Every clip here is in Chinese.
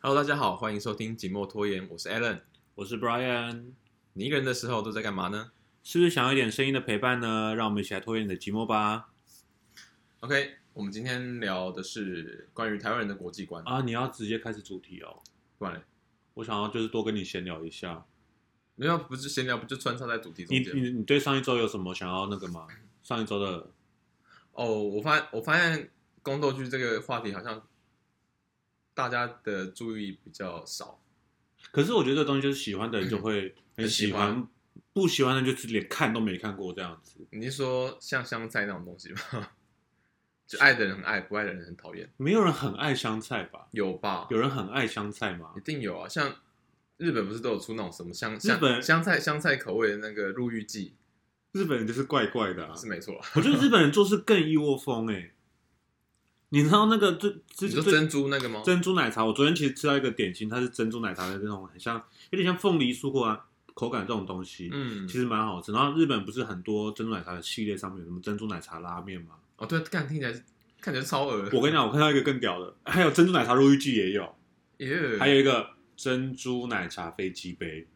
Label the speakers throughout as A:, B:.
A: Hello，大家好，欢迎收听《寂寞拖延》，我是 Alan。
B: 我是 Brian，
A: 你一个人的时候都在干嘛呢
B: 是不是想要一点声音的陪伴呢？让我们一起来拖延你的寂寞吧！
A: ？OK，我们今天聊的是关于台湾人的国际观。
B: 啊，你要直接开始主题哦。
A: 不然嘞，
B: 我想要就是多跟你闲聊一下。
A: 没有，不是闲聊，不就穿插在主题中
B: 你
A: 间吗？
B: 你你对上一周有什么想要那个吗？上一周的
A: 哦，我发我发现宫斗剧这个话题好像大家的注意比较少。
B: 可是我觉得这东西就是喜欢的人就 会很
A: 很喜
B: 喜欢，不喜欢的人就是连看都没看过这样子。
A: 你是说像香菜那种东西吗？ 就爱的人很爱，不爱的人很讨厌，
B: 没有人很爱香菜吧？
A: 有吧？
B: 有人很爱香菜吗
A: 一？定有啊！像日本不是都有出那种什么香
B: 日本
A: 香香菜香菜口味的那个入浴剂，
B: 日本人就是怪怪的啊！
A: 是没错啊。
B: 我觉得日本人做事更一窝蜂哎、 你知道那个最
A: 你
B: 最
A: 说
B: 最
A: 珍珠那个吗？
B: 珍珠奶茶，我昨天其实吃到一个点心，它是珍珠奶茶的那种，很像有点像凤梨酥或啊口感这种东西，
A: 嗯
B: 其，实蛮好吃。然后日本不是很多珍珠奶茶的系列上面有什么珍珠奶茶拉面吗？
A: 哦对，看听起来是看起来超恶。
B: 我跟你讲，我看到一个更屌的，还有珍珠奶茶入浴剂也有，
A: 耶，
B: 还有一个珍珠奶茶飞机杯，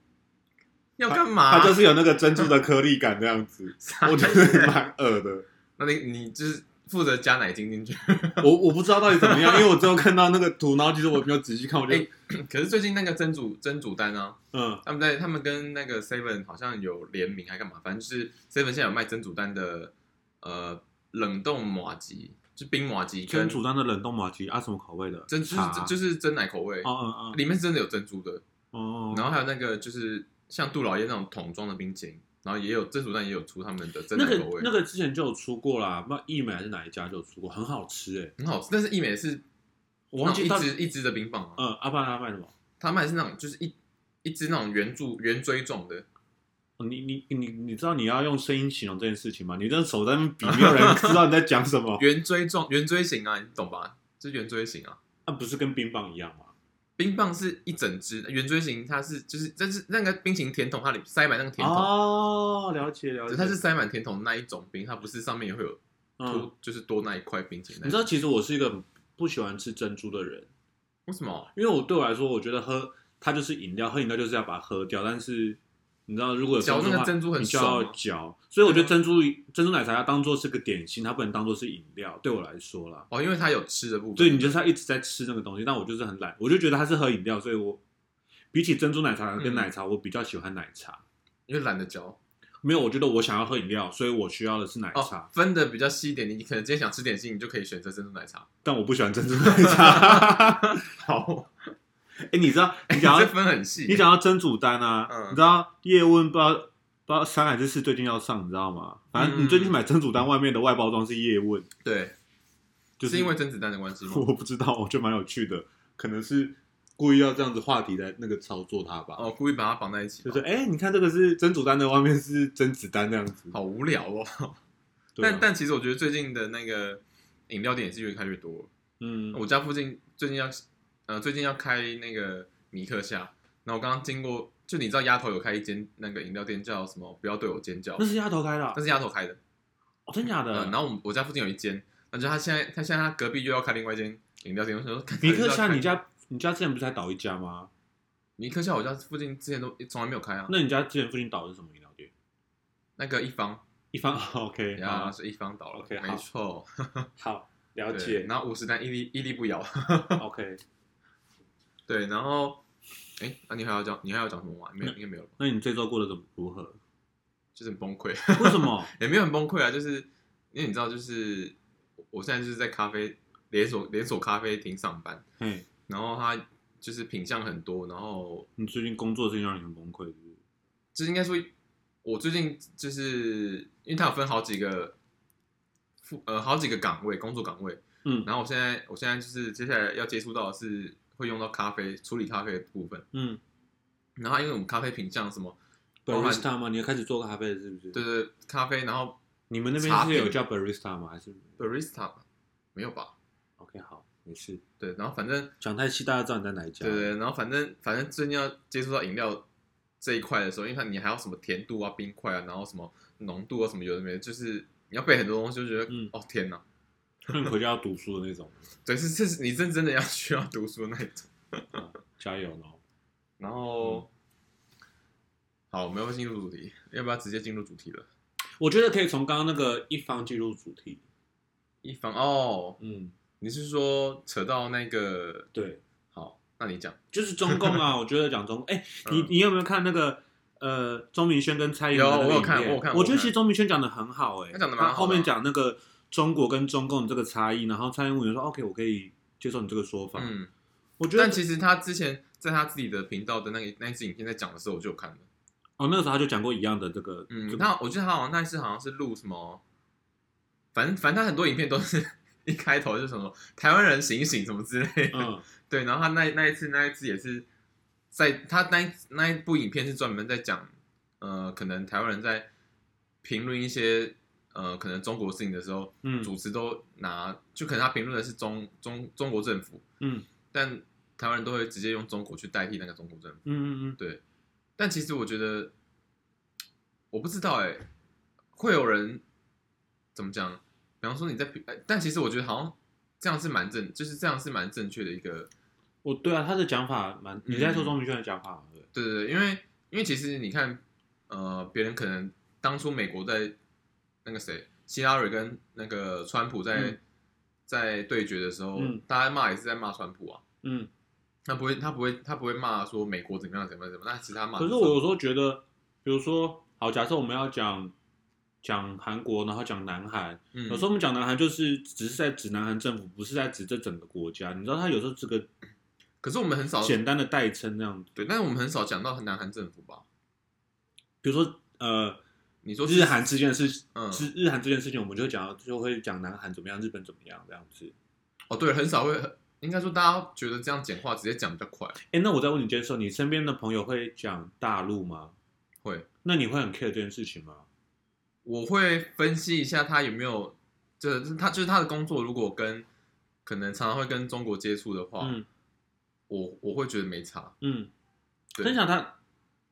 A: 要干嘛？，
B: 它就是有那个珍珠的颗粒感这样子
A: 傻眼
B: 我觉得蛮恶的。
A: 那你你就是负责加奶精进去。
B: 我我不知道到底怎么样，因为我只有看到那个图，然后其实我没有仔细看，我就、
A: 哎可是最近那个珍珠珍珠丹啊，
B: 嗯，
A: 他们在他们跟那个 Seven 好像有联名还干嘛，反正就是 Seven 现在有卖珍珠丹的呃冷冻麻吉，就冰麻吉跟
B: 珍珠丹的冷冻马蹄啊，什么口味的？
A: 珍就是
B: 茶
A: 就是真奶口味，
B: 哦哦
A: 里面是真的有珍珠的。
B: 哦哦，
A: 然后还有那个就是像杜老爷那种桶装的冰淇淋，然后也有珍珠蛋也有出他们的真奶
B: 那
A: 口
B: 个
A: 味，
B: 那个之前就有出过啦，不知道益美还是哪一家就有出过，很好吃哎、
A: 很好吃。但是一美是
B: 我忘记
A: 那
B: 到
A: 种一
B: 底
A: 只一只的冰棒啊，
B: 嗯，阿爸他卖什么？
A: 他卖的是那种就是一一只那种圆柱圆锥状的，。
B: 哦你你你你知道你要用声音形容这件事情吗？你这手在那边比，没有人知道你在讲什 么
A: 圆锥状圆锥形啊，你懂吧？就是圆锥形啊。
B: 那、不是跟冰棒一样吗？
A: 冰棒是一整只圆锥形，它是就是，但是那个冰淇淋甜筒，它里塞满那个甜筒，
B: 哦，了解了解。
A: 它是塞满甜筒那一种冰，它不是上面也会有多、
B: 嗯，
A: 就是多那一块冰淇淋那
B: 你
A: 一
B: 知
A: 种。
B: 道其实我是一个不喜欢吃珍珠的人，
A: 为什么？
B: 因为我对我来说，我觉得喝它就是饮料，喝饮料就是要把它喝掉。但是你知道，如果有
A: 嚼那个
B: 珍
A: 珍珠
B: 珠的话
A: 很
B: 你就
A: 爽
B: 要
A: 啊
B: 嚼，所以我觉得珍珠珍珠奶茶要当做是个点心，它不能当做是饮料。对我来说啦，
A: 哦，因为它有吃的部分。
B: 所以你就是要一直在吃那个东西。但我就是很懒，我就觉得它是喝饮料，所以我比起珍珠奶茶
A: 嗯
B: 跟奶茶，我比较喜欢奶茶。
A: 因为懒得嚼。
B: 没有，我觉得我想要喝饮料，所以我需要的是奶
A: 哦
B: 茶，，
A: 分的比较细一点，你可能今天想吃点心，你就可以选择珍珠奶茶。
B: 但我不喜欢珍珠奶茶。
A: 好，
B: 哎、你知道
A: 你
B: 你 讲
A: 这
B: 到
A: 分很细。
B: 你讲到真主丹啊，
A: 嗯
B: 你知道叶问不知道不知道山海之四最近要上，你知道吗？反正你
A: 嗯
B: 最近买真主丹外面的外包装是叶问，
A: 对，
B: 就是
A: 因为甄子丹的关系吗？
B: 我不知道，我觉得蛮有趣的，可能是故意要这样子话题来那个操作它吧。
A: 哦，故意把它绑在一起，
B: 就是哎、你看这个是真主丹的，外面是甄子丹这样子。
A: 好无聊哦。
B: 对啊
A: 但但其实我觉得最近的那个饮料店也是越开越多。
B: 嗯，
A: 我家附近最近要呃最近要开那个米克夏，然后我刚刚经过，就你知道丫头有开一间那个饮料店叫什么？不要对我尖叫
B: 那，是丫头开的啊、
A: 那是丫头开的。
B: 哦，真假的？
A: 嗯，然后我们我家附近有一间，那就他现在他现在他隔壁又要开另外一间饮料店，我想说，
B: 尼克夏，
A: 看
B: 你家你家之前不是才倒一家吗？
A: 米克夏我家附近之前都从来没有开啊，
B: 那你家之前附近倒的是什么饮料店？
A: 那个一方
B: 一方 OK，
A: 呀
B: 好
A: 是一方倒了
B: OK，好
A: 没错，
B: 好了
A: 对，
B: 解
A: 然后五十单屹立屹立不摇，
B: OK。
A: 对，然后哎，那你还要讲你还要讲什么吗？没有，应该没有了吧，
B: 那你这周过得怎么如何？
A: 就是很崩溃，
B: 为什么？
A: 也没有很崩溃啊，就是因为你知道，就是我现在就是在咖啡连锁连锁咖啡厅上班，
B: 嘿，
A: 然后它就是品相很多，然后
B: 你最近工作最近让你很崩溃是不是
A: 就是应该说，我最近就是因为它有分好几个副呃好几个岗位工作岗位，
B: 嗯
A: 然后我现在我现在就是接下来要接触到的是会用到咖啡处理咖啡的部分，
B: 嗯，
A: 然后因为我们咖啡品相什么，包含
B: barista 吗？你要开始做咖啡了是不是？
A: 对，对咖啡，然后
B: 你们那边
A: 茶
B: 是
A: 品
B: 有叫 barista 吗？还是
A: barista 没有吧？
B: OK 好，没事。
A: 对，然后反正
B: 讲太细，大家知道你在哪一家。
A: 对对，然后反正反正最近要接触到饮料这一块的时候，因为它你还要什么甜度啊、冰块啊，然后什么浓度啊、什么有的没的，就是你要背很多东西，就觉得、
B: 嗯
A: 哦天哪，
B: 那你回家要读书的那种。
A: 对，是是你真真的要需要读书的那一种。
B: 啊加油喽！
A: 然后，好，我们要进入主题，要不要直接进入主题了？
B: 我觉得可以从刚刚那个一方进入主题。
A: 一方哦，
B: 嗯，
A: 你是说扯到那个？
B: 对，
A: 好，那你讲。
B: 就是中共啊，我觉得讲中共，哎、
A: 嗯
B: 你你有没有看那个呃钟明轩跟蔡英文
A: 有
B: 的那个
A: 我有
B: 影
A: 看
B: 片
A: 我有看
B: 我觉得
A: 我有看
B: 其实钟明轩讲的很好、哎，
A: 他讲得蛮好的啊
B: 后面讲那个中国跟中共这个差异，然后蔡英文说 OK，我可以接受你这个说法。
A: 嗯，
B: 我觉得
A: 但其实他之前在他自己的频道的那个那一支影片在讲的时候，我就有看了。
B: 哦，那个时候他就讲过一样的这个，这
A: 嗯，
B: 个
A: 他我记得他好像那一次好像是录什么，反正反正他很多影片都是 一开头就什么台湾人醒醒什么之类的。
B: 嗯
A: 对，然后他那那一次那一次也是在他那一那一部影片是专门在讲呃，可能台湾人在评论一些呃可能中国事情的时候，
B: 嗯
A: 主持都拿就可能他评论的是中中中国政府，
B: 嗯
A: 但台湾人都会直接用中国去代替那个中国政府。
B: 嗯嗯嗯，
A: 对，但其实我觉得，我不知道哎、会有人怎么讲？比方说你在评，哎但其实我觉得好像这样是蛮正，就是这样是蛮正确的一个，
B: 我对啊，他的讲法蛮，你在说钟明轩的讲法，对不对
A: 对对对，因为因为其实你看，呃，别人可能当初美国在那个谁，希拉蕊跟那个川普在、
B: 嗯
A: 在对决的时候，
B: 嗯
A: 大家骂也是在骂川普啊，
B: 嗯。
A: 他不会他不会他不会骂说美国怎么样怎么样怎么样，那其实他骂
B: 可是
A: 川
B: 我
A: 普
B: 有时候觉得，比如说，好，假设我们要讲讲韩国，然后讲南韩，
A: 嗯
B: 有时候我们讲南韩就是只是在指南韩政府，不是在指这整个国家。你知道，它有时候这个
A: 可是我们很少
B: 简单的代称这样子，
A: 对，但是我们很少讲到南韩政府吧？
B: 比如说呃，
A: 你说
B: 日韩之间的事，
A: 嗯
B: 之日韩这件事情，我们就会讲到就会讲南韩怎么样，日本怎么样这样子。
A: 哦，对，很少会，应该说大家觉得这样简化，直接讲比较快。
B: 哎，那我再问你一件事，你身边的朋友会讲大陆吗？
A: 会，
B: 那你会很 care 这件事情吗？
A: 我会分析一下他有没有，就是他就是他的工作，如果跟可能常常会跟中国接触的话，
B: 嗯
A: 我我会觉得没差。
B: 嗯，
A: 对
B: 分享他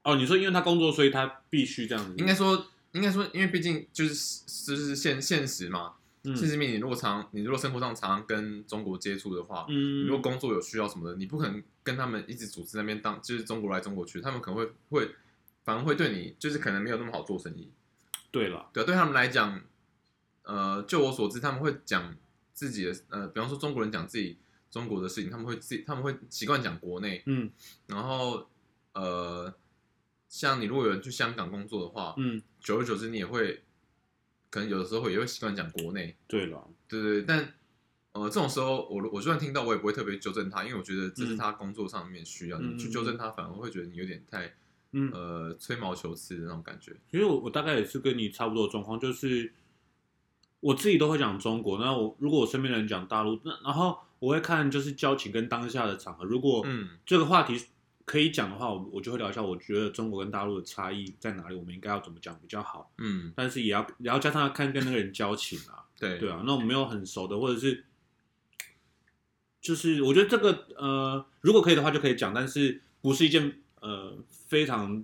B: 哦，你说因为他工作，所以他必须这样子，
A: 应该说，应该说，因为毕竟就是就是现现实嘛，
B: 嗯
A: 现实面你如果常你如果生活上常常跟中国接触的话，你
B: 嗯，
A: 如果工作有需要什么的，你不可能跟他们一直组织那边当，就是中国来中国去，他们可能会会反而会对你，就是可能没有那么好做生意。
B: 对了，
A: 对啊、对他们来讲，呃，就我所知，他们会讲自己的，呃，比方说中国人讲自己中国的事情，他们会自己，他们会习惯讲国内，
B: 嗯
A: 然后呃，像你如果有人去香港工作的话，
B: 嗯，
A: 久而久之你也会，可能有的时候也会习惯讲国内，
B: 对了，
A: 对对，对但呃，这种时候我我就算听到，我也不会特别纠正他，因为我觉得这是他工作上面需要，
B: 嗯
A: 你去纠正他，反而会觉得你有点太
B: 嗯，
A: 呃吹毛求疵的那种感觉。
B: 其实我我大概也是跟你差不多的状况，就是我自己都会讲中国，那我如果我身边的人讲大陆，那然后我会看就是交情跟当下的场合，如果
A: 嗯
B: 这个话题可以讲的话，我我就会聊一下，我觉得中国跟大陆的差异在哪里，我们应该要怎么讲比较好，
A: 嗯，
B: 但是也要也要加上要看跟那个人交情啊，
A: 对
B: 对啊，那我没有很熟的，或者是就是我觉得这个呃，如果可以的话就可以讲，但是不是一件呃非常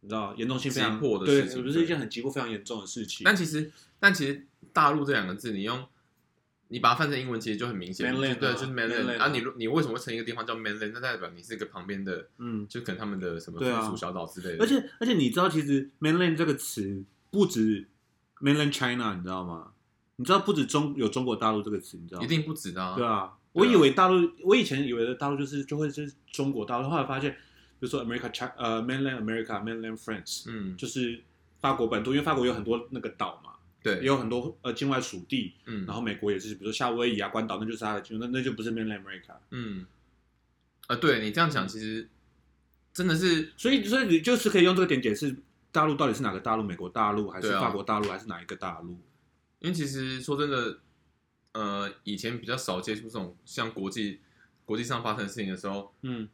B: 你知道严重性非常
A: 急迫的
B: 对
A: 事情
B: 不是一件很急迫非常严重的事情。
A: 但其实但其实大陆这两个字，你用你把它翻成英文，其实就很明显，
B: Mainland 啊
A: 对，就是
B: mainland
A: mainland
B: 啊
A: 啊。你如你为什么会成一个地方叫 mainland？那代表你是一个旁边的，
B: 嗯，
A: 就可能他们的什么
B: 对啊
A: 附属小岛之类的。
B: 而且而且你知道，其实 mainland 这个词不止 mainland China，你知道吗？你知道不止中有中国大陆这个词，你知道吗
A: 一？定不止的啊。
B: 对啊，我以为大陆，我以前以为的大陆就是就会就是中国大陆，后来发现，比如说 America China，呃 mainland America mainland France，
A: 嗯，
B: 就是法国本土，因为法国有很多那个岛嘛，也
A: 对，
B: 有很多呃境外属地，
A: 嗯，
B: 然后美国也是，比如说夏威夷啊、关岛，那就是它的境，那那就不是 mainland America。
A: 嗯，啊，对你这样讲，其实真的是
B: 所以，所以你就是可以用这个点解释大陆到底是哪个大陆，美国大陆还是
A: 对啊
B: 法国大陆还是哪一个大陆？
A: 因为其实说真的，呃，以前比较少接触这种像国际国际上发生的事情的时候，
B: 嗯，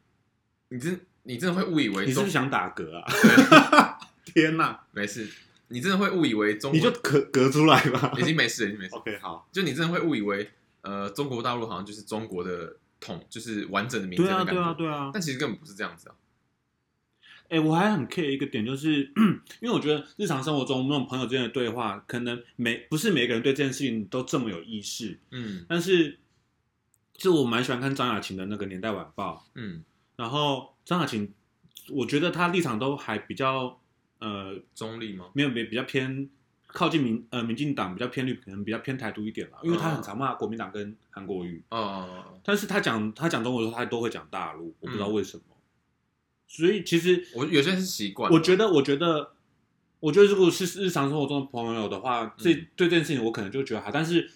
A: 你真你真的会误以为
B: 你是
A: 中
B: 不是想打嗝啊？
A: 对
B: 天哪，
A: 没事，你真的会误以为中
B: 你就
A: 国
B: 嗝嗝出来吧。
A: 已经没事了，已经没事了，
B: OK，好。
A: 就你真的会误以为呃中国大陆好像就是中国的统，就是完整的名字
B: 对
A: 的
B: 啊，
A: 感觉，
B: 对啊，对啊。
A: 但其实根本不是这样子啊，
B: 哎、我还很 care 一个点，就是 因为我觉得日常生活中那种朋友之间的对话，可能每不是每个人对这件事情都这么有意识，
A: 嗯
B: 但是，就我蛮喜欢看张雅琴的那个年代晚报，
A: 嗯
B: 然后张雅琴，我觉得她立场都还比较呃，
A: 中立吗？
B: 没有没比较偏靠近民呃民进党比较偏绿，可能比较偏台独一点啦，因为她
A: 嗯
B: 很常骂国民党跟韩国瑜，
A: 哦，
B: 但是她讲她讲中国的时候，她都会讲大陆，我不知道
A: 嗯
B: 为什么。所以其实
A: 我有些人是习惯，
B: 我觉得，我觉得，我觉得如果是日常生活中的朋友的话，这、
A: 嗯
B: 对这件事情我可能就觉得还，但是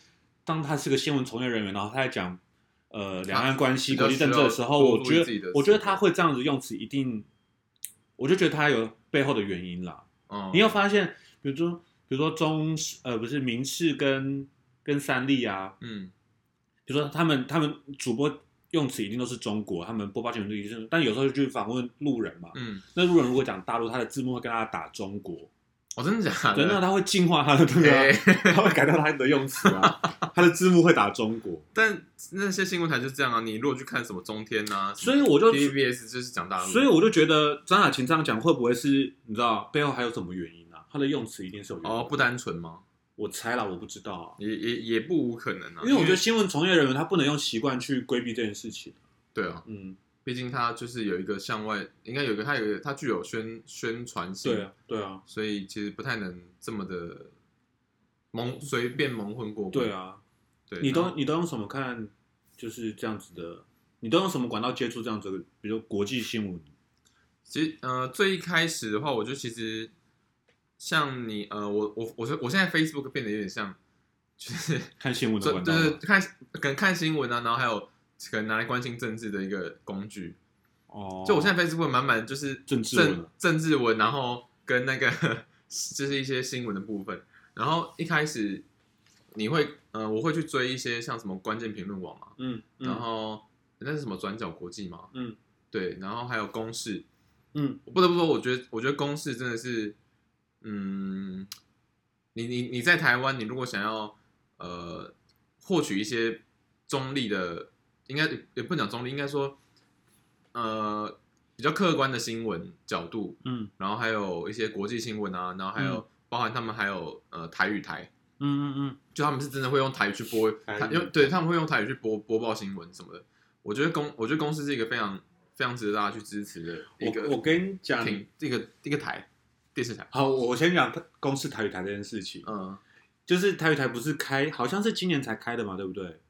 B: 当他是个新闻从业人员，然后他在讲呃两岸关系、
A: 比较
B: 国际政
A: 需
B: 治的
A: 要
B: 时候，
A: 多
B: 我
A: 注意
B: 觉
A: 自己的
B: 得我觉得
A: 思
B: 他
A: 维
B: 会这样子用词，一定，我就觉得他有背后的原因啦。
A: 哦
B: 你要发现，比如说，比如说中呃不是明视跟跟三立啊，
A: 嗯
B: 比如说他们他们主播用词一定都是中国，他们播报新闻都一定是，但有时候就去访问路人嘛，
A: 嗯，
B: 那路人如果讲大陆，他的字幕会跟他打中国，
A: 我哦真的假
B: 对，那
A: 的？
B: 他会净化他的啊这
A: 哎
B: 个， 他会改掉他的用词啊，他的字幕会打中 国，
A: 但那些新闻台就是这样啊，你如果去看什么中天呐、啊，
B: 所以我就，
A: TVBS 就是讲大陆，
B: 所以我就觉得张雅琴这样讲会不会是你知道背后还有什么原因啊？他的用词一定是有原因
A: 哦不单纯吗？
B: 我猜啦，我不知道啊，
A: 也也也不无可能啊，
B: 因为我觉得新闻从业人员他不能用习惯去规避这件事情，
A: 对啊，
B: 嗯，
A: 毕竟它就是有一个向外，应该有一个它有一个它具有宣宣传性，
B: 对啊，对啊，
A: 所以其实不太能这么的蒙随便蒙混过关。
B: 对，啊，
A: 对，
B: 你
A: 那
B: 都你都用什么看？就是这样子的，你都用什么管道接触这样子的，比如说国际新闻？
A: 其实呃最一开始的话，我就其实像你呃我我我说我现在 Facebook 变得有点像，就是
B: 看新闻的
A: 这
B: 管道
A: 就是
B: 吗，
A: 看可能看新闻啊，然后还有可能拿来关心政治的一个工具。
B: 哦，
A: 就我现在 Facebook 满满就是
B: 政治文
A: 政
B: 啊
A: 政治文，然后跟那个 就是一些新闻的部分。然后一开始你会呃，我会去追一些像什么关键评论网啊，
B: 嗯，嗯
A: 然后那是什么转角国际嘛，
B: 嗯，
A: 对，然后还有公式。
B: 嗯
A: 我不得不说，我觉得我觉得公式真的是，嗯，你你你在台湾，你如果想要呃获取一些中立的，应该也不能讲中立，应该说呃比较客观的新闻角度，
B: 嗯
A: 然后还有一些国际新闻啊，然后还有、包含他们还有呃台语台，
B: 嗯嗯嗯，
A: 就他们是真的会用台语去播，
B: 台语
A: 他用对他们会用台语去播播报新闻什么的。我觉得公我觉得公司是一个非常非常值得大家去支持的一个
B: 嗯我我跟你讲，
A: 挺这个这个台电视台，
B: 好，我先讲公司台语台这件事情，
A: 嗯，
B: 就是台语台不是开，好像是今年才开的嘛，对不对？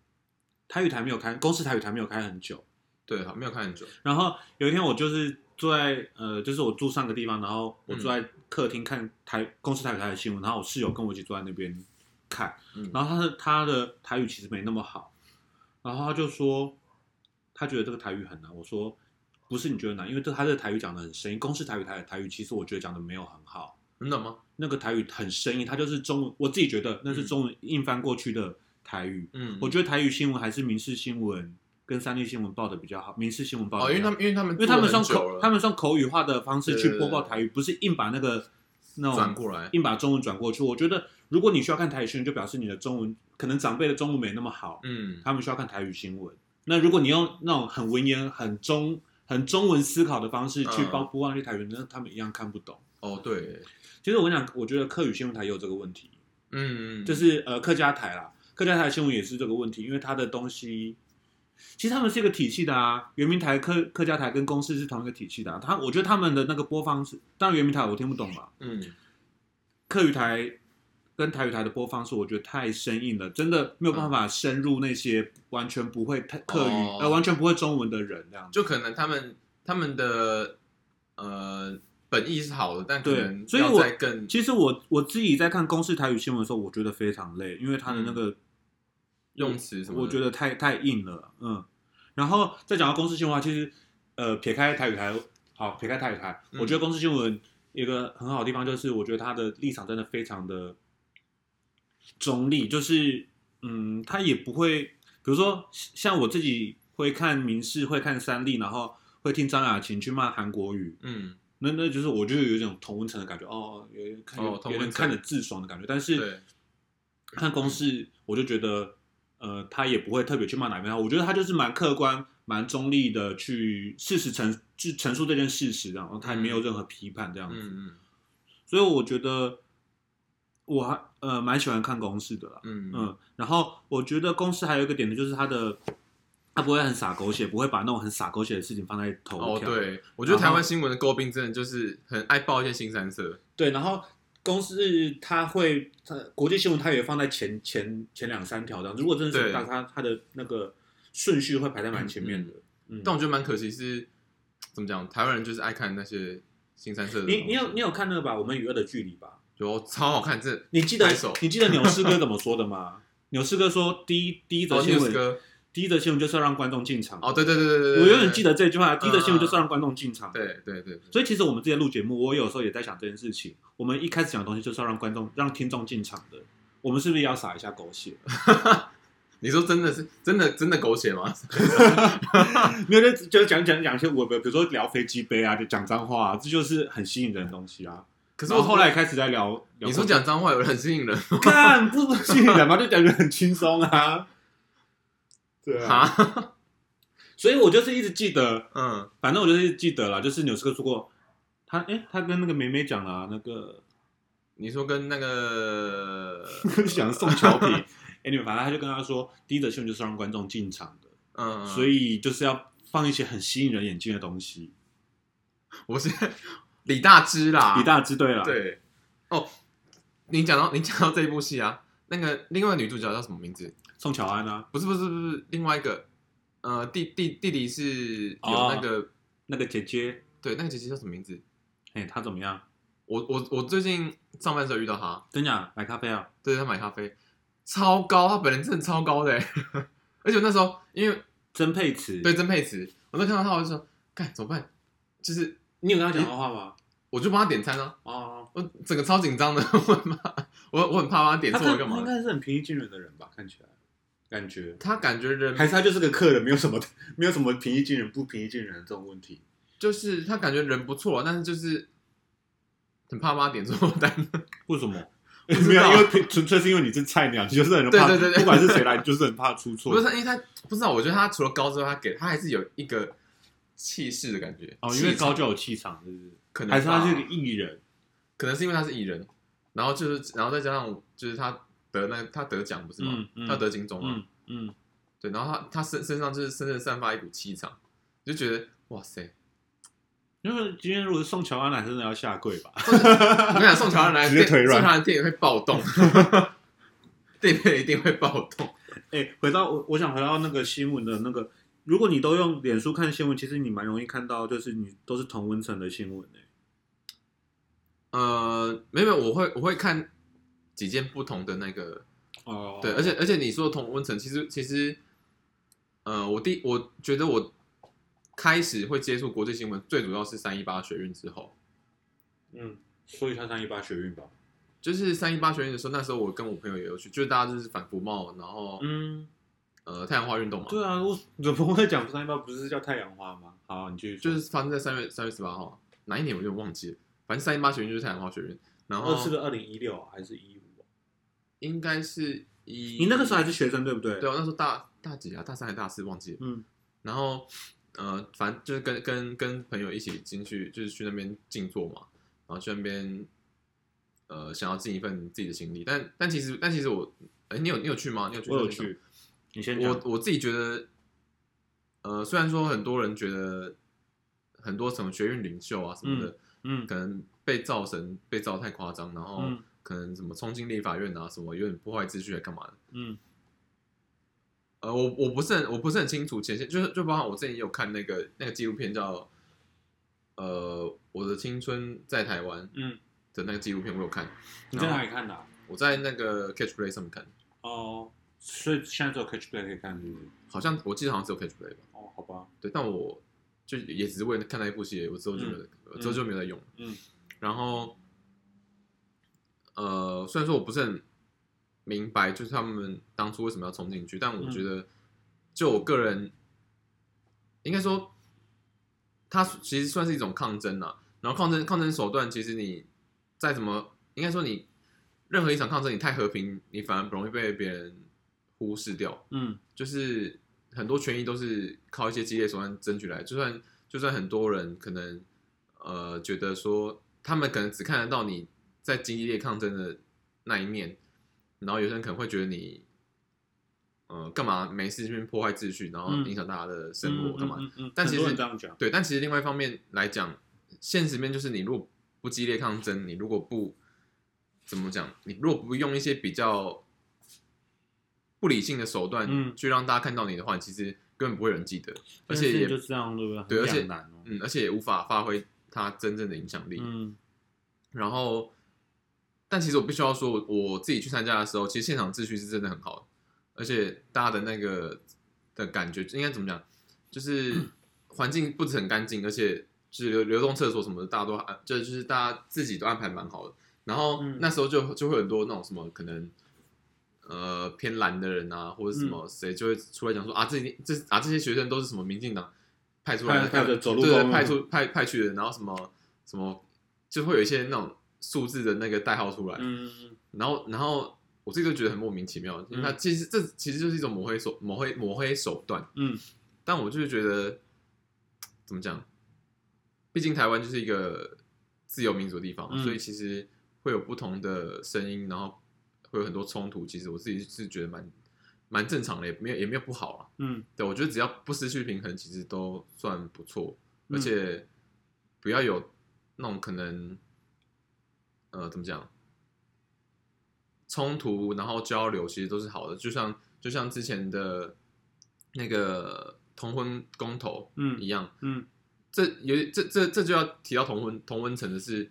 B: 台语台没有开，公司台语台没有开很久。
A: 对，好，没有看很久，
B: 然后有一天我就是坐在呃，就是我住上个地方，然后我坐在客厅看台公司台语台的新闻，然后我室友跟我一起坐在那边看，
A: 嗯
B: 然后他的他的台语其实没那么好，然后他就说他觉得这个台语很难，我说不是你觉得难，因为这他这个台语讲的很生硬，公司台语台的台语其实我觉得讲的没有很好，
A: 你懂吗？
B: 那个台语很生硬，它就是中文，我自己觉得那是中文硬翻过去的台语。
A: 嗯，
B: 我觉得台语新闻还是民事新闻跟三立新闻报的比较好，民事新闻报的
A: 哦，因为他们因为他们
B: 因为他们是
A: 做
B: 用
A: 很久
B: 口
A: 了，
B: 他们是用口语化的方式
A: 对
B: 去
A: 对
B: 播报
A: 对
B: 台语，不是硬把那个那种
A: 转过来，
B: 硬把中文转过去。我觉得如果你需要看台语新闻，就表示你的中文可能长辈的中文没那么好，
A: 嗯，
B: 他们需要看台语新闻。那如果你用那种很文言、很中、很中文思考的方式去
A: 嗯
B: 包播放那些台语，那他们一样看不懂。
A: 哦对，
B: 其实我跟你讲，我觉得客语新闻台也有这个问题，
A: 嗯，
B: 就是呃客家台啦，客家台新闻也是这个问题，因为它的东西其实他们是一个体系的啊，圆明台、客客家台跟公视是同一个体系的、啊。他我觉得他们的那个播放是，当然圆明台我听不懂嘛，
A: 嗯
B: 客语台跟台语台的播放是我觉得太生硬了，真的没有办法深入那些完全不会客客语、
A: 哦
B: 呃完全不会中文的人这样子。
A: 就可能他们他们的呃本意是好的，但可
B: 对
A: 能
B: 所以
A: 要
B: 我
A: 再更
B: 其实我我自己在看公视台语新闻的时候，我觉得非常累，因为他的那个
A: 嗯用词什么的，
B: 我觉得太太硬了，嗯。然后再讲到公司新闻的话，其实呃，撇开台语台，好，撇开台语台，
A: 嗯
B: 我觉得公司新闻一个很好的地方就是，我觉得他的立场真的非常的中立，就是嗯，他也不会，比如说像我自己会看民视，会看三立，然后会听张雅琴去骂韩国语，
A: 嗯，
B: 那那就是我就有一种同温层的感觉，哦，有点看有
A: 哦同
B: 有
A: 温
B: 点
A: 层
B: 看着自爽的感觉，但是
A: 对，
B: 看公式，我就觉得，呃，他也不会特别去骂哪边，我觉得他就是蛮客观、蛮中立的去事实陈去陈述这件事实，然后他也没有任何批判这样子，
A: 嗯
B: 所以我觉得我还呃蛮喜欢看公式的啦，
A: 嗯嗯
B: 嗯，然后我觉得公式还有一个点呢，就是它的他不会很洒狗血，不会把那种很洒狗血的事情放在头
A: 哦，
B: 条。
A: 对，我觉得台湾新闻的诟病真的就是很爱爆一些新三色，
B: 对，然后公司他会，他国际新闻他也放在前前前两三条这样。如果真的是很大，
A: 对
B: 他他的那个顺序会排在蛮前面的。嗯，
A: 但我觉得蛮可惜是，怎么讲？台湾人就是爱看那些新三色的东西。
B: 你你有你有看那个吧？我们与恶的距离吧？
A: 有超好看，这
B: 你记得
A: 拍手
B: 你记得纽斯哥怎么说的吗？纽斯哥说，第一第一则
A: 哦
B: 新
A: ，news
B: 闻，
A: 哥
B: 第一则新闻就是要让观众进场。
A: 哦，对对对对对，
B: 我
A: 对
B: 永远记，得这句话，第一则新闻就是要让观众进场。
A: 对对对对，
B: 所以其实我们之前录节目，我有时候也在想这件事情。我们一开始讲的东西就是要让观众、让听众进场的，我们是不是也要撒一下狗血？
A: 你说真的是真的真的狗血吗？
B: 没有，就就讲讲讲一些我们，比如说聊飞机杯啊，就讲脏话、啊，这就是很吸引人的东西啊。
A: 可
B: 可
A: 是
B: 我
A: 我
B: 后来开始在聊，聊
A: 你说讲脏话有人很吸引人
B: 干不不吸引人嘛，就感觉很轻松啊。 对啊，
A: 啊？
B: 所以我就是一直记得，
A: 嗯，
B: 反正我就是一直记得了，就是纽斯克说过，他哎，他跟那个梅梅讲啊，那个
A: 你说跟那个 嗯
B: 想送乔皮。Anyway，反正他就跟他说，第一则新闻就是让观众进场的，
A: 嗯，
B: 所以就是要放一些很吸引人眼睛的东西。
A: 我是李大芝啦，
B: 李大支队了，，
A: 对哦，你讲到你讲到这一部戏啊，那个另外女主角叫什么名字？
B: 宋乔安啊，
A: 不是不是不是，另外一个，呃，弟弟弟弟是有
B: 哦
A: 那个、
B: 那个姐姐，
A: 对那个姐姐叫什么名字？
B: 哎、她怎么样？
A: 我我我最近上班的时候遇到她，
B: 真假买咖啡啊？
A: 对她买咖啡，超高，她本人真的超高的欸， 而且我那时候因为
B: 曾佩慈，
A: 对，曾佩慈，我那看到她我就说，干怎么办？就是
B: 你有跟他讲过话吗？
A: 我就帮她点餐啊，
B: 哦，
A: 我整个超紧张的， 我很怕我我很怕帮她点
B: 他
A: 错了
B: 看
A: 干
B: 他应
A: 嘛？
B: 该是很平易近人的人吧？看起来，感觉
A: 她感觉人
B: 嗯还是他就是个客人，没有什么 没有什么平易近人不平易近人的这种问题。
A: 就是她感觉人不错，但是就是很怕帮她点错单。
B: 为什么？
A: 知道
B: 没有，因为平啊纯粹是因为你是菜鸟，你就是很怕，
A: 对对对对
B: 不管是谁来，你就是很怕出错。
A: 不是，因为他不知道，我觉得他除了高之外，他给他还是有一个气势的感觉。
B: 哦，因为
A: 气场
B: 高就有气场，是不是？
A: 可能
B: 还是他
A: 吧
B: 是个艺人？
A: 可能是因为他是艺人，然后就是然后再加上就是他得那他得奖不是吗？
B: 嗯嗯
A: 他得金钟嘛，
B: 嗯嗯，
A: 对，然后他他身身上就是深深散发一股气场，就觉得哇塞！
B: 因为今天如果是宋乔安来，真的要下跪吧？
A: 我想宋乔安来
B: 直接
A: 店
B: 腿软
A: 宋乔安的店也会暴动， 店面一定会暴动。
B: 哎、回到我，我想回到那个新闻的那个，如果你都用脸书看新闻，其实你蛮容易看到，就是你都是同温层的新闻诶、
A: 呃，没有，没有我会我会看几件不同的那个
B: 哦
A: 对，而且而且你说的同温层，其实其实，呃，我第我觉得我开始会接触国际新闻，最主要是三一八学运之后，
B: 嗯，所以他上一八学运吧。
A: 就是三一八学运的时候，那时候我跟我朋友也有去，就是大家就是反服贸，然后、
B: 嗯，
A: 呃太阳花运动嘛，
B: 对啊，我怎么会讲三一八不是叫太阳花吗？好，啊你继续说，
A: 就是发生在三月三月十八号，哪一年我有点忘记了，反正三一八学运就是太阳花学运，然后
B: 二是不是二零一六还是一五、啊
A: 应该是一，
B: 你那个时候还是学生对不对？
A: 对，我那时候大大几啊，大三还大四忘记了。
B: 嗯，
A: 然后呃，反正就是跟跟跟朋友一起进去，就是去那边静坐嘛，然后去那边呃，想要尽一份自己的心力。但但其实但其实我，哎、你有你有去吗？你有去？
B: 我有。去。你先讲
A: 我，我自己觉得，呃，虽然说很多人觉得很多什么学院领袖啊什么的，
B: 嗯
A: 可能被造神被造太夸张，然后
B: 嗯
A: 可能什么冲进立法院啊什么，有点破坏秩序来干嘛的。
B: 嗯
A: 呃，我我不是很我不是很清楚前线，就是就包含我之前也有看那个那个纪录片叫呃《我的青春在台湾》
B: 嗯，
A: 的那个纪录片，我有看。
B: 你在
A: 然
B: 哪
A: 后
B: 里看的啊、
A: 我在那个 Catch Play 上面看，
B: 哦，所以现在只有 Catch Play 可以看，是不是？
A: 好像我记得好像只有 Catch Play 吧。
B: 哦，好吧，
A: 对，但我就也只是为了看那一部戏而已，我之后就没有，我之后就没有再用了。
B: 嗯，
A: 然后呃，虽然说我不是很明白，就是他们当初为什么要冲进去，但我觉得，就我个人，应该说，它其实算是一种抗争啦。然后抗争抗争手段，其实你再怎么，应该说你任何一场抗争，你太和平，你反而很容易被别人忽视掉。
B: 嗯
A: 就是很多权益都是靠一些激烈手段争取来，就算就算很多人可能呃觉得说他们可能只看得到你在激烈抗争的那一面，然后有些人可能会觉得你嗯、呃干嘛没事这边破坏秩序，然后
B: 嗯
A: 影响大家的生活干嘛？
B: 嗯嗯嗯
A: 但
B: 很
A: 其
B: 多
A: 实
B: 人这样讲，
A: 对，但其实另外一方面来讲，现实面就是你如果不激烈抗争，你如果不怎么讲，你如果不用一些比较不理性的手段
B: 嗯
A: 去让大家看到你的话，其实根本不会有人记得，而且
B: 但是
A: 也
B: 就这样，对不对？
A: 对而且
B: 很两难哦。
A: 嗯，而且也无法发挥它真正的影响力。
B: 嗯
A: 然后，但其实我必须要说，我我自己去参加的时候，其实现场秩序是真的很好的，而且大家的那个的感觉应该怎么讲， 就是环境不止很干净，而且就是流流动厕所什么的，大家都安就就是大家自己都安排蛮好的。然后、
B: 嗯
A: 那时候就就会很多那种什么可能。呃，偏蓝的人啊，或者什
B: 嗯
A: 么谁就会出来讲说、啊，这这啊这些学生都是什么民进党派出来的，
B: 派派的走路
A: 对对
B: 工
A: 派出派派去的，然后什么什么就会有一些那种数字的那个代号出来，
B: 嗯嗯
A: 然后然后我自己就觉得很莫名其妙，因为它其实这其实就是一种抹黑手抹黑抹黑手段，
B: 嗯，
A: 但我就是觉得怎么讲，毕竟台湾就是一个自由民主的地方，
B: 嗯
A: 所以其实会有不同的声音，然后会有很多冲突，其实我自己是觉得蛮蛮正常的，也没有也没有不好啊，
B: 嗯
A: 对，我觉得只要不失去平衡，其实都算不错，
B: 嗯
A: 而且不要有那种可能，呃，怎么讲，冲突，然后交流，其实都是好的。就像就像之前的那个同婚公投一
B: 嗯
A: 样，
B: 嗯
A: 这有这这这就要提到同温同温层的是，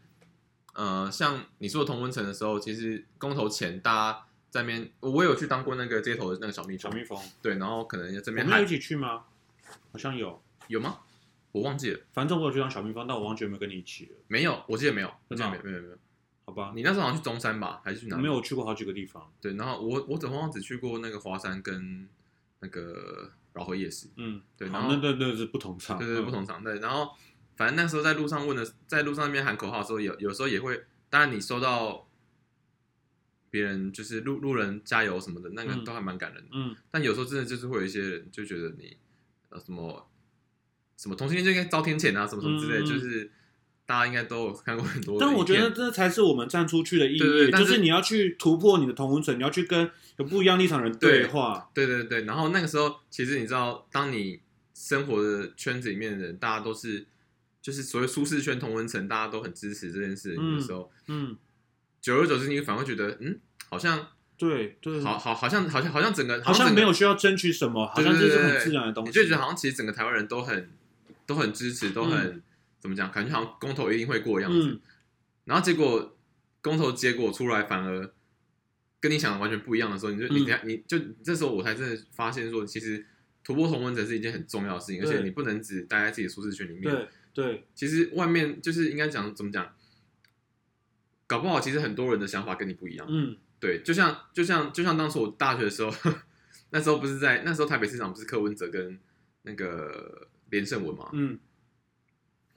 A: 呃，像你说的同温层的时候，其实公投前大家在那边，我有去当过那个街头的那个小蜜
B: 小
A: 蜂，
B: 蜜蜂，
A: 对，然后可能这
B: 我
A: 边
B: 们有
A: 还
B: 一起去吗？好像有，
A: 有吗？我忘记了，
B: 反正我有去当小蜜蜂，但我忘记有没有跟你一起了，
A: 没有，我记得没有，我
B: 真
A: 记得
B: 的哦
A: 没有，没有，没有。
B: 好吧？
A: 你那时候好像去中山吧，还是去哪
B: 我
A: 里？
B: 没有去过好几个地方，
A: 对，然后我我总共只去过那个华山跟那个饶河夜市，
B: 嗯，
A: 对
B: 好
A: 然后
B: 那那那是不同场，
A: 对对，对
B: 嗯
A: 不同场对。然后反正那时候在路上问的，在路上那边喊口号的时候，有有时候也会，当然你收到别人就是路路人加油什么的，那个
B: 嗯
A: 都还蛮感人的。
B: 嗯
A: 但有时候真的就是会有一些人就觉得你呃什么什么同性恋就应该遭天谴啊，什么什么之类的，
B: 嗯嗯嗯
A: 就是大家应该都有看过很多的影片。
B: 但我觉得这才是我们站出去的意义，
A: 对对但
B: 就是是你要去突破你的同温层，你要去跟有不一样立场的人对话。
A: 对对对，然后那个时候，其实你知道，当你生活的圈子里面的人，大家都是就是所谓舒适圈、同温层，大家都很支持这件事情的时候，
B: 嗯，
A: 久而久之，你反而会觉得，嗯，好像
B: 对对，
A: 好好好像好像好像整个
B: 好像
A: 整
B: 没
A: 个
B: 有需要争取什么，好
A: 对
B: 像
A: 对
B: 这
A: 对
B: 是
A: 对
B: 很自然的东
A: 你
B: 西。
A: 就觉得好像其实整个台湾人都很都很支持，都很、怎么讲，感觉好像公投一定会过的样子。
B: 嗯
A: 然后结果公投结果出来，反而跟你想的完全不一样的时候，你就你
B: 嗯
A: 等下、你就这时候我才真的发现说，其实突破同温层是一件很重要的事情，而
B: 对
A: 且你不能只待在自己的舒适圈里面。
B: 对对，
A: 其实外面就是应该讲怎么讲，搞不好其实很多人的想法跟你不一样。
B: 嗯
A: 对，就像就像就像当时我大学的时候， 那时候不是在那时候台北市长不是柯文哲跟那个连胜文嘛，
B: 嗯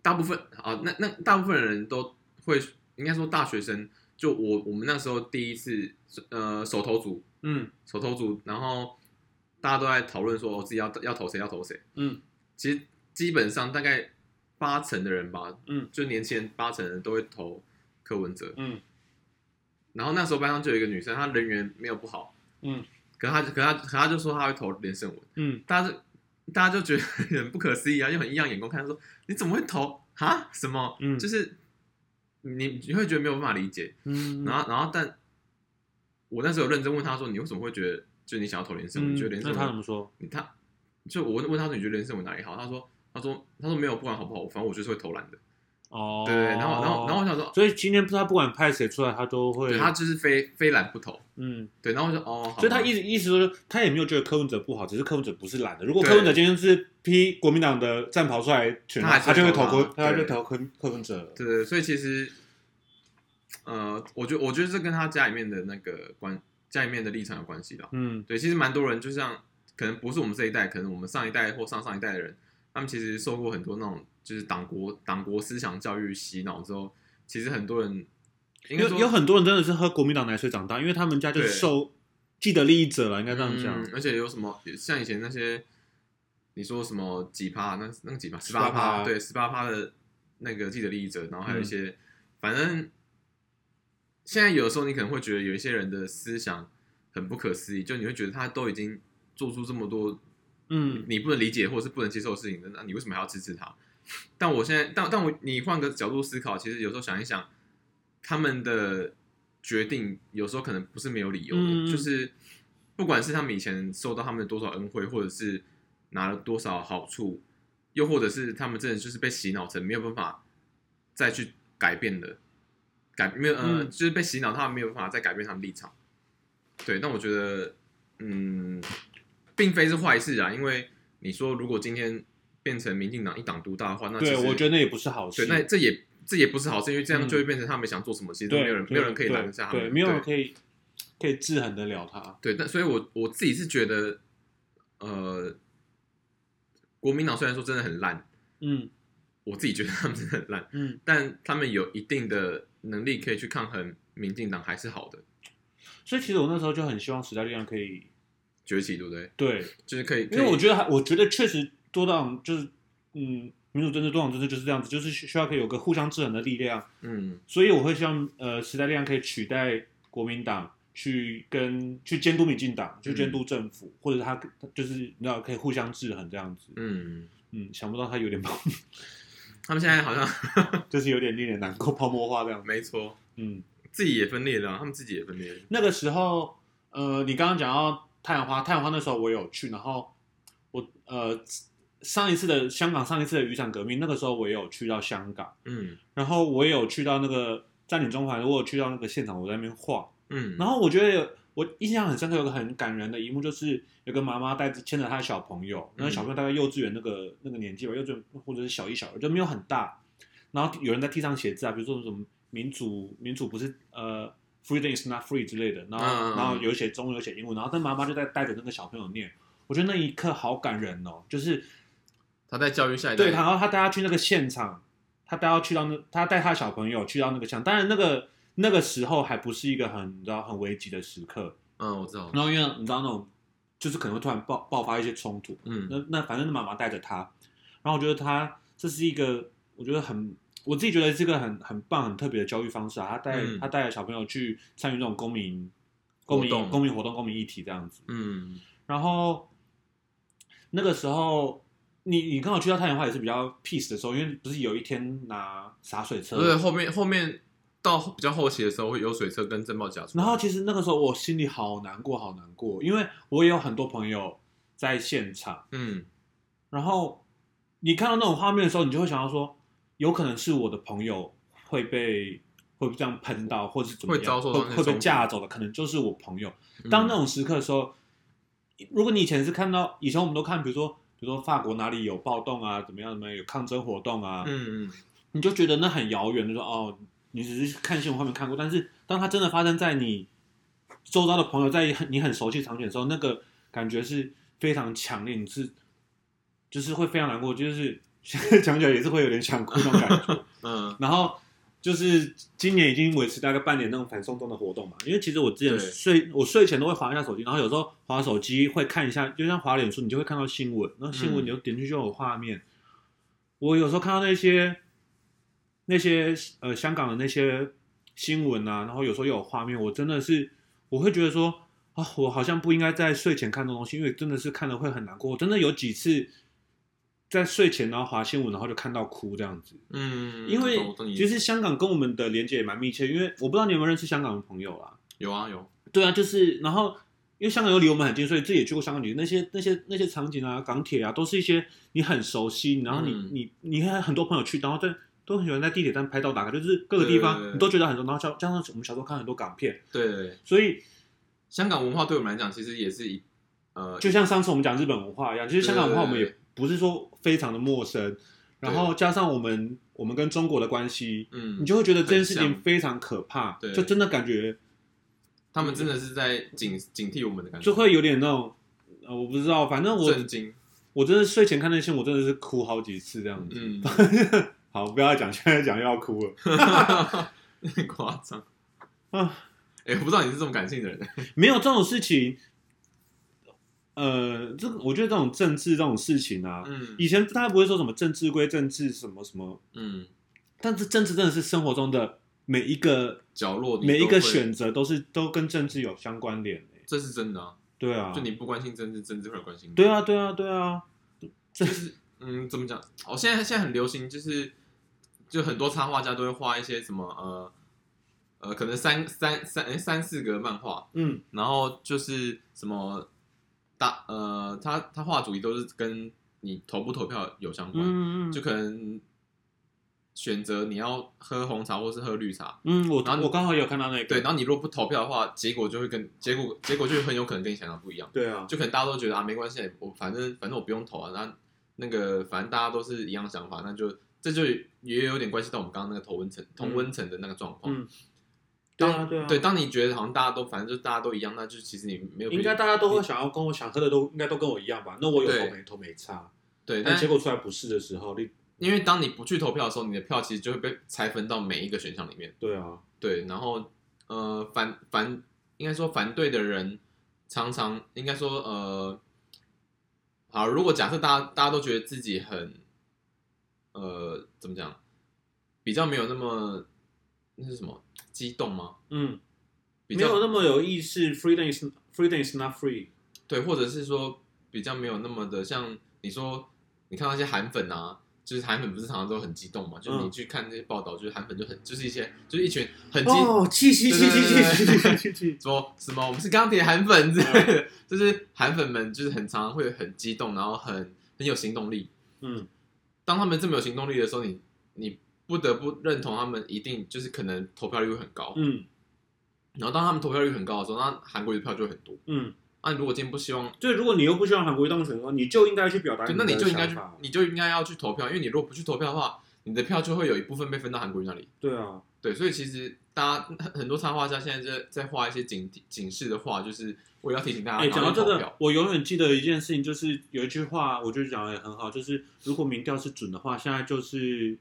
A: 大部分啊，那那大部分人都会，应该说大学生，就我我们那时候第一次呃手头组
B: 嗯
A: 手头组，然后大家都在讨论说哦自己要要投谁要投谁，
B: 嗯
A: 其实基本上大概八成的人吧，
B: 嗯，
A: 就年轻人八成的人都会投柯文哲，
B: 嗯
A: 然后那时候班上就有一个女生，她人缘没有不好，
B: 嗯
A: 可她可她可她就说她会投连胜文，
B: 嗯，
A: 大家就大家就觉得很不可思议啊，用很异样眼光看，说你怎么会投啊什么？
B: 嗯
A: 就是你你会觉得没有办法理解。
B: 嗯，
A: 然后然后，但我那时候有认真问他说，你为什么会觉得就你想要投连胜文？
B: 嗯
A: 你觉得连胜
B: 那他怎
A: 文
B: 么说？
A: 你他就我问问他说你觉得连胜文哪里好？他说他说他说没有，不管好不好，反正我就是会投篮的。
B: 哦，
A: 对对，对然后然后然后我，想说，
B: 所以今天他不管派谁出来，他都会
A: 对他就是非非篮不投。
B: 嗯，
A: 对，然后我就哦，好
B: 所以他
A: 吧
B: 意思意思说，他也没有觉得柯文哲不好，只是柯文哲不是懒的。如果
A: 对
B: 柯文哲今天是批国民党的战袍出来选，
A: 他还
B: 他
A: 是
B: 就会
A: 投
B: 投
A: 他
B: 柯，他就
A: 对
B: 投柯柯文哲。
A: 对对，所以其实，呃，我觉得我觉得这跟他家里面的那个关，家里面的立场有关系的。
B: 嗯
A: 对，其实蛮多人，就像可能不是我们这一代，可能我们上一代或上上一代的人，他们其实受过很多那种就是党国党国思想教育洗脑之后，其实很多人应该
B: 有
A: 说嗯
B: 有很多人真的是喝国民党奶水长大，因为他们家就是
A: 对
B: 受既得利益者了，应该这样讲。
A: 嗯，而且有什么像以前那些你说什么几趴，那那个几趴十八
B: 18
A: 趴，
B: 趴嗯
A: 对十八趴的那个既得利益者，然后还有一些，反正现在有的时候你可能会觉得有一些人的思想很不可思议，就你会觉得他都已经做出这么多
B: 嗯，
A: 你不能理解或是不能接受的事情，那你为什么还要支持他？但我现在，但但我你换个角度思考，其实有时候想一想，他们的决定有时候可能不是没有理由的，
B: 嗯
A: 就是不管是他们以前受到他们的多少恩惠，或者是拿了多少好处，又或者是他们真的就是被洗脑成没有办法再去改变的，改没有呃，
B: 嗯
A: 就是被洗脑，他们没有办法再改变他们立场。对，但我觉得，嗯，并非是坏事啊，因为你说如果今天变成民进党一党独大的话，那其
B: 对，
A: 实
B: 我觉得那也不是好事。
A: 对，那这也这也不是好事，因为这样
B: 嗯
A: 就会变成他们想做什么，其实都
B: 对
A: 没有人
B: 对
A: 没有人可以拦得
B: 对
A: 下他们，
B: 对，没有人可以可以制衡得了他。
A: 对，但所以我，我自己是觉得，呃，国民党虽然说真的很烂，
B: 嗯
A: 我自己觉得他们真的很烂，
B: 嗯，
A: 但他们有一定的能力可以去抗衡民进党，还是好的
B: 所以其实我那时候就很希望时代力量可以
A: 崛起，对不对？
B: 对，
A: 就是可以，
B: 因为我
A: 可以
B: 觉得还我觉得确实多党就是嗯，民主政治多党政治就是这样子，就是需需要可以有个互相制衡的力量。
A: 嗯
B: 所以我会希望呃，时代力量可以取代国民党去跟去监督民进党，去监督政府，或者他就是你知道可以互相制衡这样子。
A: 嗯，
B: 嗯，想不到他有点泡，
A: 他们现在好像
B: 就是有点令人难过，泡沫化这样。
A: 没错，
B: 嗯，
A: 自己也分裂了啊、他们自己也分裂了，
B: 那个时候呃，你刚刚讲到太阳花，太阳花那时候我有去，然后我呃上一次的香港上一次的雨伞革命，那个时候我也有去到香港。
A: 嗯
B: 然后我也有去到那个占领中环，我有去到那个现场，我在那边画。
A: 嗯，
B: 然后我觉得有我印象很深刻，有个很感人的一幕，就是有个妈妈带着牵着她的小朋友，那个小朋友
A: 嗯
B: 大概幼稚园那个那个年纪吧，幼稚园或者是小一、小二，就没有很大。然后有人在地上写字啊，比如说什么民主民主不是呃 freedom is not free 之类的，然后、
A: 嗯嗯嗯
B: 然后有写中文有写英文，然后但妈妈就在带着那个小朋友念，我觉得那一刻好感人哦，就是
A: 他在教育下一代，
B: 对，然后他带他去那个现场，他带他去到那，他带他小朋友去到那个现场。当然，那个那个时候还不是一个很你知道很危急的时刻。
A: 嗯，我知道，
B: 然后因为你知道那种，就是可能会突然爆爆发一些冲突。
A: 嗯
B: 那那反正妈妈带着他，然后我觉得他这是一个，我觉得很我自己觉得这个很很棒、很特别的教育方式啊。他带、
A: 嗯
B: 他带着小朋友去参与这种公民公民
A: 活动
B: 公民活动、公民议题这样子。
A: 嗯
B: 然后那个时候，你你刚好去到太阳花也是比较 peace 的时候，因为不是有一天拿洒水车，
A: 对，后面后面到比较后期的时候，会有水车跟震爆夹出来。
B: 然后其实那个时候我心里好难过，好难过，因为我也有很多朋友在现场，
A: 嗯，
B: 然后你看到那种画面的时候，你就会想到说，有可能是我的朋友会被。会这样喷到，或是怎么
A: 会遭
B: 样，
A: 受
B: 会
A: 到那些
B: 会被
A: 冲击
B: 架走的，可能就是我朋友。
A: 嗯
B: 当那种时刻的时候，如果你以前是看到，以前我们都看，比如说，比如说法国哪里有暴动啊，怎么样怎么样有抗争活动啊，
A: 嗯嗯
B: 你就觉得那很遥远，就说哦，你只是看新闻画面看过，但是当它真的发生在你周遭的朋友，在你很熟悉的场景的时候，那个感觉是非常强烈，你是就是会非常难过，就是 现在讲起来也是会有点想哭那种感觉。
A: 嗯
B: 然后就是今年已经维持大概半年那种反送中的活动嘛，因为其实我之
A: 对
B: 前睡我睡前都会划一下手机，然后有时候划手机会看一下，就像划脸书，你就会看到新闻，然后新
A: 嗯
B: 闻你就点进去就有画面。我有时候看到那些那些呃香港的那些新闻啊，然后有时候有画面，我真的是我会觉得说啊、我好像不应该在睡前看这种东西，因为真的是看了会很难过。我真的有几次在睡前然后划新闻，然后就看到哭这样子。
A: 嗯，
B: 因为
A: 我懂你意思
B: 其实香港跟我们的连接也蛮密切，因为我不知道你有没有认识香港的朋友啦。
A: 有啊有，
B: 对啊，就是然后因为香港又离我们很近，所以自己也去过香港旅行，那些那些那些场景啊、港铁啊，都是一些你很熟悉，然后你、
A: 嗯
B: 你你还很多朋友去，然后在都很喜欢在地铁站拍照打卡，就是各个地
A: 对对对
B: 方你都觉得很多，然后加加上我们小时候看很多港片，
A: 对对对，
B: 所以
A: 香港文化对我们来讲，其实也是一呃，
B: 就像上次我们讲日本文化一样，其实香港文化我们
A: 对
B: 也不是说非常的陌生，然后加上我们我们跟中国的关系，
A: 嗯，
B: 你就会觉得这件事
A: 很
B: 情
A: 像
B: 非常可怕，
A: 对
B: 就真的感觉
A: 他们真的是在警警惕我们的感觉，
B: 就会有点那种，呃，我不知道，反正我
A: 震惊。
B: 我真的睡前看那些，我真的是哭好几次这样子。
A: 嗯，
B: 好，不要再讲， 现在讲又要哭了。
A: 很夸张。
B: 啊，
A: 哎，我不知道你是这么感性的人。
B: 没有这种事情，呃，这个我觉得这种政治这种事情啊，
A: 嗯
B: 以前大家不会说什么政治归政治，什么什么，
A: 嗯，
B: 但是政治真的是生活中的每一个
A: 角落你
B: 每一
A: 都
B: 个
A: 会，
B: 选择都是都跟政治有相关联、欸
A: 这是真的啊。
B: 对啊，
A: 就你不关心政治，政治会关心你。
B: 对啊，对啊，对啊，
A: 嗯，怎么讲？哦，现在现在很流行，就是就很多插画家都会画一些什么呃呃，可能三三三诶三四格漫画，
B: 嗯，
A: 然后就是什么大呃，他他画主题都是跟你投不投票有相关，
B: 嗯嗯，
A: 啊就可能选择你要喝红茶或是喝绿茶，
B: 嗯，我
A: 然后你
B: 我刚好也有看到那个，
A: 对，然后你如果不投票的话，结果就会跟结果结果就很有可能跟你想象不一样。
B: 对啊，
A: 就可能大家都觉得啊，没关系，我反正反正我不用投啊，那那个反正大家都是一样想法，那就这就也有点关系到我们刚刚那个同温层同温层的那个状况。
B: 嗯对
A: 当
B: 啊，对啊，
A: 对，，当你觉得好像大家都反正就大家都一样，那就其实你没有必
B: 应该大家都会想要跟我想喝的都应该都跟我一样吧？那我有
A: 对
B: 投没投没差，
A: 对，
B: 但
A: 但
B: 结果出来不是的时候，你
A: 因为当你不去投票的时候，你的票其实就会被拆分到每一个选项里面。
B: 对啊，
A: 对，然后呃反反应该说反对的人常常应该说呃，好，如果假设大家大家都觉得自己很呃怎么讲，比较没有那么那是什么激动吗？
B: 嗯，
A: 比
B: 没有
A: 较
B: 那么有意识，freedom is freedom is not free，
A: 对，或者是说比较没有那么的像你说，你看那些韩粉啊。就是韩粉不是常常都很激动嘛？就是你
B: 嗯
A: 去看那些报道，就是韩粉就很就是一些就是一群很激
B: 哦，气气气气
A: 对
B: 气
A: 对对
B: 气气气，
A: 什么什么，我们是钢铁韩粉之类的， 就是韩粉们就是很常会很激动，然后很很有行动力。
B: 嗯，
A: 当他们这么有行动力的时候，你你不得不认同他们一定就是可能投票率会很高。
B: 嗯
A: 然后当他们投票率很高的时候，那韩国瑜的票就会很多。
B: 嗯，
A: 那、你如果今天不希望，
B: 就如果你又不希望韩国瑜当选的话，你就应该去表达
A: 对，
B: 的
A: 那你就应该去
B: 想法，
A: 你就应该要去投票，因为你如果不去投票的话，你的票就会有一部分被分到韩国瑜那里。
B: 对啊，
A: 对，所以其实大家很很多插画家现在在在画一些警警示的话，就是我也要提醒大家
B: 哎，讲到
A: 赶快投
B: 这个
A: 票，
B: 我永远记得一件事情，就是有一句话，我觉得讲的也很好，就是如果民调是准的话，现在就是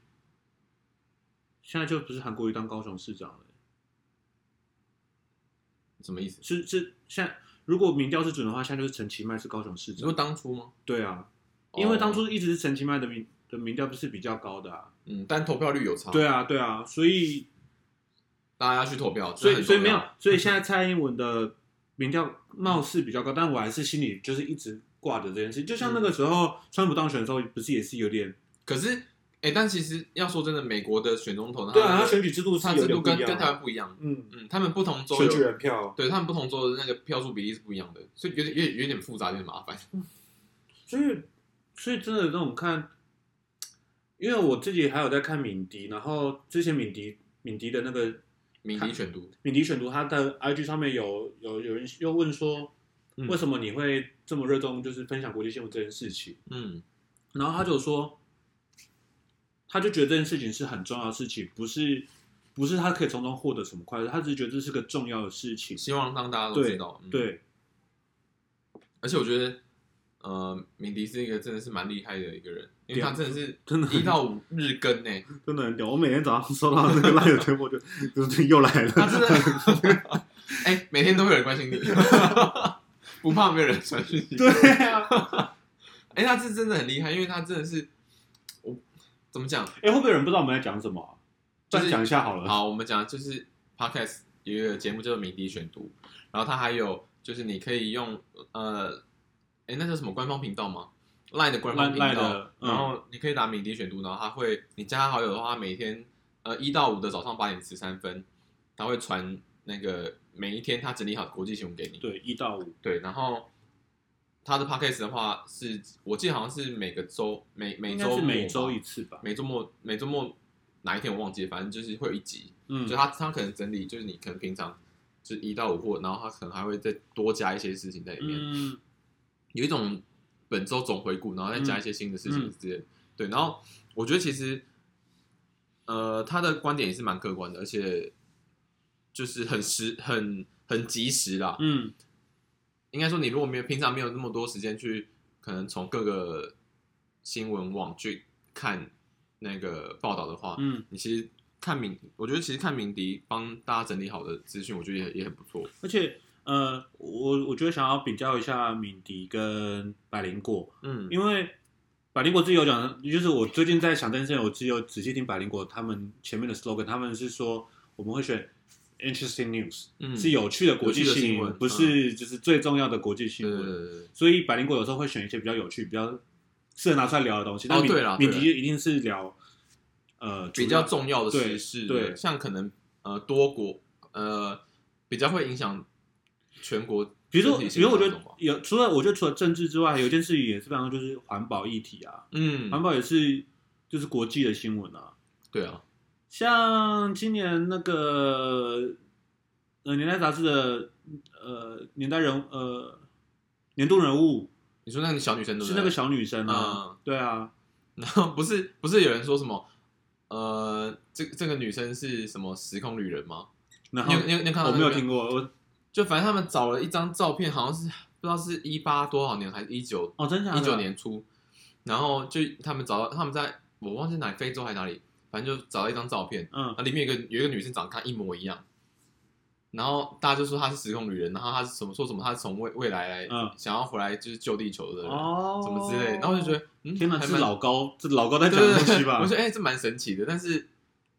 B: 现在就不是韩国瑜当高雄市长了，
A: 什么意思？
B: 是是现在如果民调是准的话，现在就是陈其迈是高雄市
A: 你说
B: 长。
A: 当初吗？
B: 对啊，因为当
A: 哦
B: 初一直是陈其迈的民的民调不是比较高的啊。
A: 嗯，但投票率有差，
B: 对啊，对啊，所以
A: 大家要去投票，
B: 所
A: 这
B: 以
A: 很
B: 所以
A: 重
B: 没有
A: 要，
B: 所以现在蔡英文的民调貌似比较高，但我还是心里就是一直挂着这件事。就像那个时候川普当选的时候，不是也是有点
A: 可是，哎、但其实要说真的，美国的选总统，
B: 对啊，
A: 他
B: 他
A: 们
B: 选举制度是
A: 他
B: 有
A: 制度
B: 点不
A: 跟
B: 一
A: 跟台
B: 样，
A: 湾不一样，
B: 嗯，
A: 嗯，他们不同州
B: 选举
A: 有，
B: 人票，
A: 对他们不同州的那个票数比例是不一样的，所以有点有点有点复杂，有点麻烦。
B: 所以所以真的那种看，因为我自己还有在看敏迪，然后之前敏迪敏迪的那个
A: 鸣笛选读，
B: 敏迪选读，他的 IG 上面有有有人又问说，
A: 嗯
B: 为什么你会这么热衷就是分享国际新闻这件事情？
A: 嗯
B: 然后他就说，他就觉得这件事情是很重要的事情，不是不是他可以从中获得什么快乐，他只是觉得这是个重要的事情。
A: 希望让大家都知
B: 对
A: 道，嗯、，
B: 对，
A: 而且我觉得。呃，鸣笛是一个真的是蛮厉害的一个人，因为他
B: 啊
A: 真的是
B: 真的很
A: 一到五日更呢，
B: 真的很屌！我每天早上收到那个赖的推播，就就又来了。
A: 他真的， 哎、每天都会有人关心你， 不怕没有人传讯息。
B: 对啊，
A: 哎、他是真的很厉害，因为他真的是，我怎么讲？
B: 哎，会不会有人不知道我们在讲什么啊？
A: 就
B: 再
A: 是
B: 讲一下好了。，
A: 好，我们讲就是 podcast 有一个节目叫做《鸣笛选读》，然后它还有就是你可以用呃，哎、那叫什么官方频道吗？Line 的官方
B: Line-
A: 频
B: Line
A: 道
B: 的，嗯
A: 然后你可以打“鸣笛选读”，然后他会你加他好友的话，他每天呃一到五的早上八点十三分，他会传那个每一天他整理好的国际新闻给你。
B: 对，一到五，
A: 对，然后他的 podcast 的话是，我记得好像是每个周每每
B: 应
A: 周
B: 该是
A: 末
B: 每
A: 吧
B: 周一次吧。
A: 每周末每周末哪一天我忘记了，反正就是会有一集，
B: 嗯
A: 就，他他可能整理就是你可能平常就是一到五或，然后他可能还会再多加一些事情在里面，
B: 嗯，
A: 有一种本周总回顾，然后再加一些新的事情
B: 嗯
A: 之类的。对，然后我觉得其实呃他的观点也是蛮客观的，而且就是很实很很及时啦，
B: 嗯，
A: 应该说，你如果没有平常没有那么多时间去，可能从各个新闻网去看那个报道的话，
B: 嗯，
A: 你其实看敏，我觉得其实看敏迪帮大家整理好的资讯，我觉得也也很不错。
B: 而且呃，我我觉得想要比较一下敏迪跟百灵果，
A: 嗯
B: 因为百灵果自己有讲，就是我最近在想这件事情，我只有仔细听百灵果他们前面的 slogan，他们是说我们会选 interesting news，、
A: 嗯
B: 是有趣的国际
A: 有趣的
B: 新
A: 新
B: 闻，
A: 闻
B: 不是就是最重要的国际新
A: 对
B: 闻。
A: 对对对，
B: 所以百灵果有时候会选一些比较有趣、比较适合拿出来聊的东西。那
A: 哦
B: 敏
A: 对啦
B: 敏
A: 对
B: 迪一定是聊呃
A: 比
B: 主
A: 较
B: 要
A: 重要的
B: 对
A: 时事，
B: 对
A: 像可能呃多国呃比较会影响全国
B: 比
A: 整体
B: 如
A: 性
B: 说，
A: 的那种吧，
B: 比如我觉得有除了我觉得除了政治之外，有一件事情也是非常就是环保议题啊，环
A: 嗯，
B: 保也是就是国际的新闻啊。
A: 对啊，
B: 像今年那个呃年代杂志的呃年代人呃年度人物
A: 你说那个小女生对不
B: 是
A: 对
B: 那个，小女生啊，
A: 嗯
B: 对啊，
A: 然后不是不是有人说什么呃这这个女生是什么时空旅人吗？
B: 然后
A: 你有你有你有看到
B: 我
A: 那
B: 没
A: 个
B: 有听过，我
A: 就反正他们找了一张照片，好像是不知道是一八多少年还是一九
B: 哦真假的
A: 一九年初，然后就他们找到他们在我忘记哪里非洲还是哪里，反正就找到一张照片，
B: 嗯
A: 那里面有一个有一个女生长得跟她一模一样，然后大家就说她是时空旅人，然后她是什么说什么她是从未未来来、
B: 嗯
A: 想要回来就是救地球的人，
B: 哦
A: 什么之类的，然后我就觉
B: 得
A: 得嗯，
B: 天哪，
A: 还
B: 这
A: 蛮
B: 老高这老高在
A: 对
B: 讲的
A: 对
B: 东
A: 对
B: 西吧
A: 我？觉得哎、这蛮神奇的，但是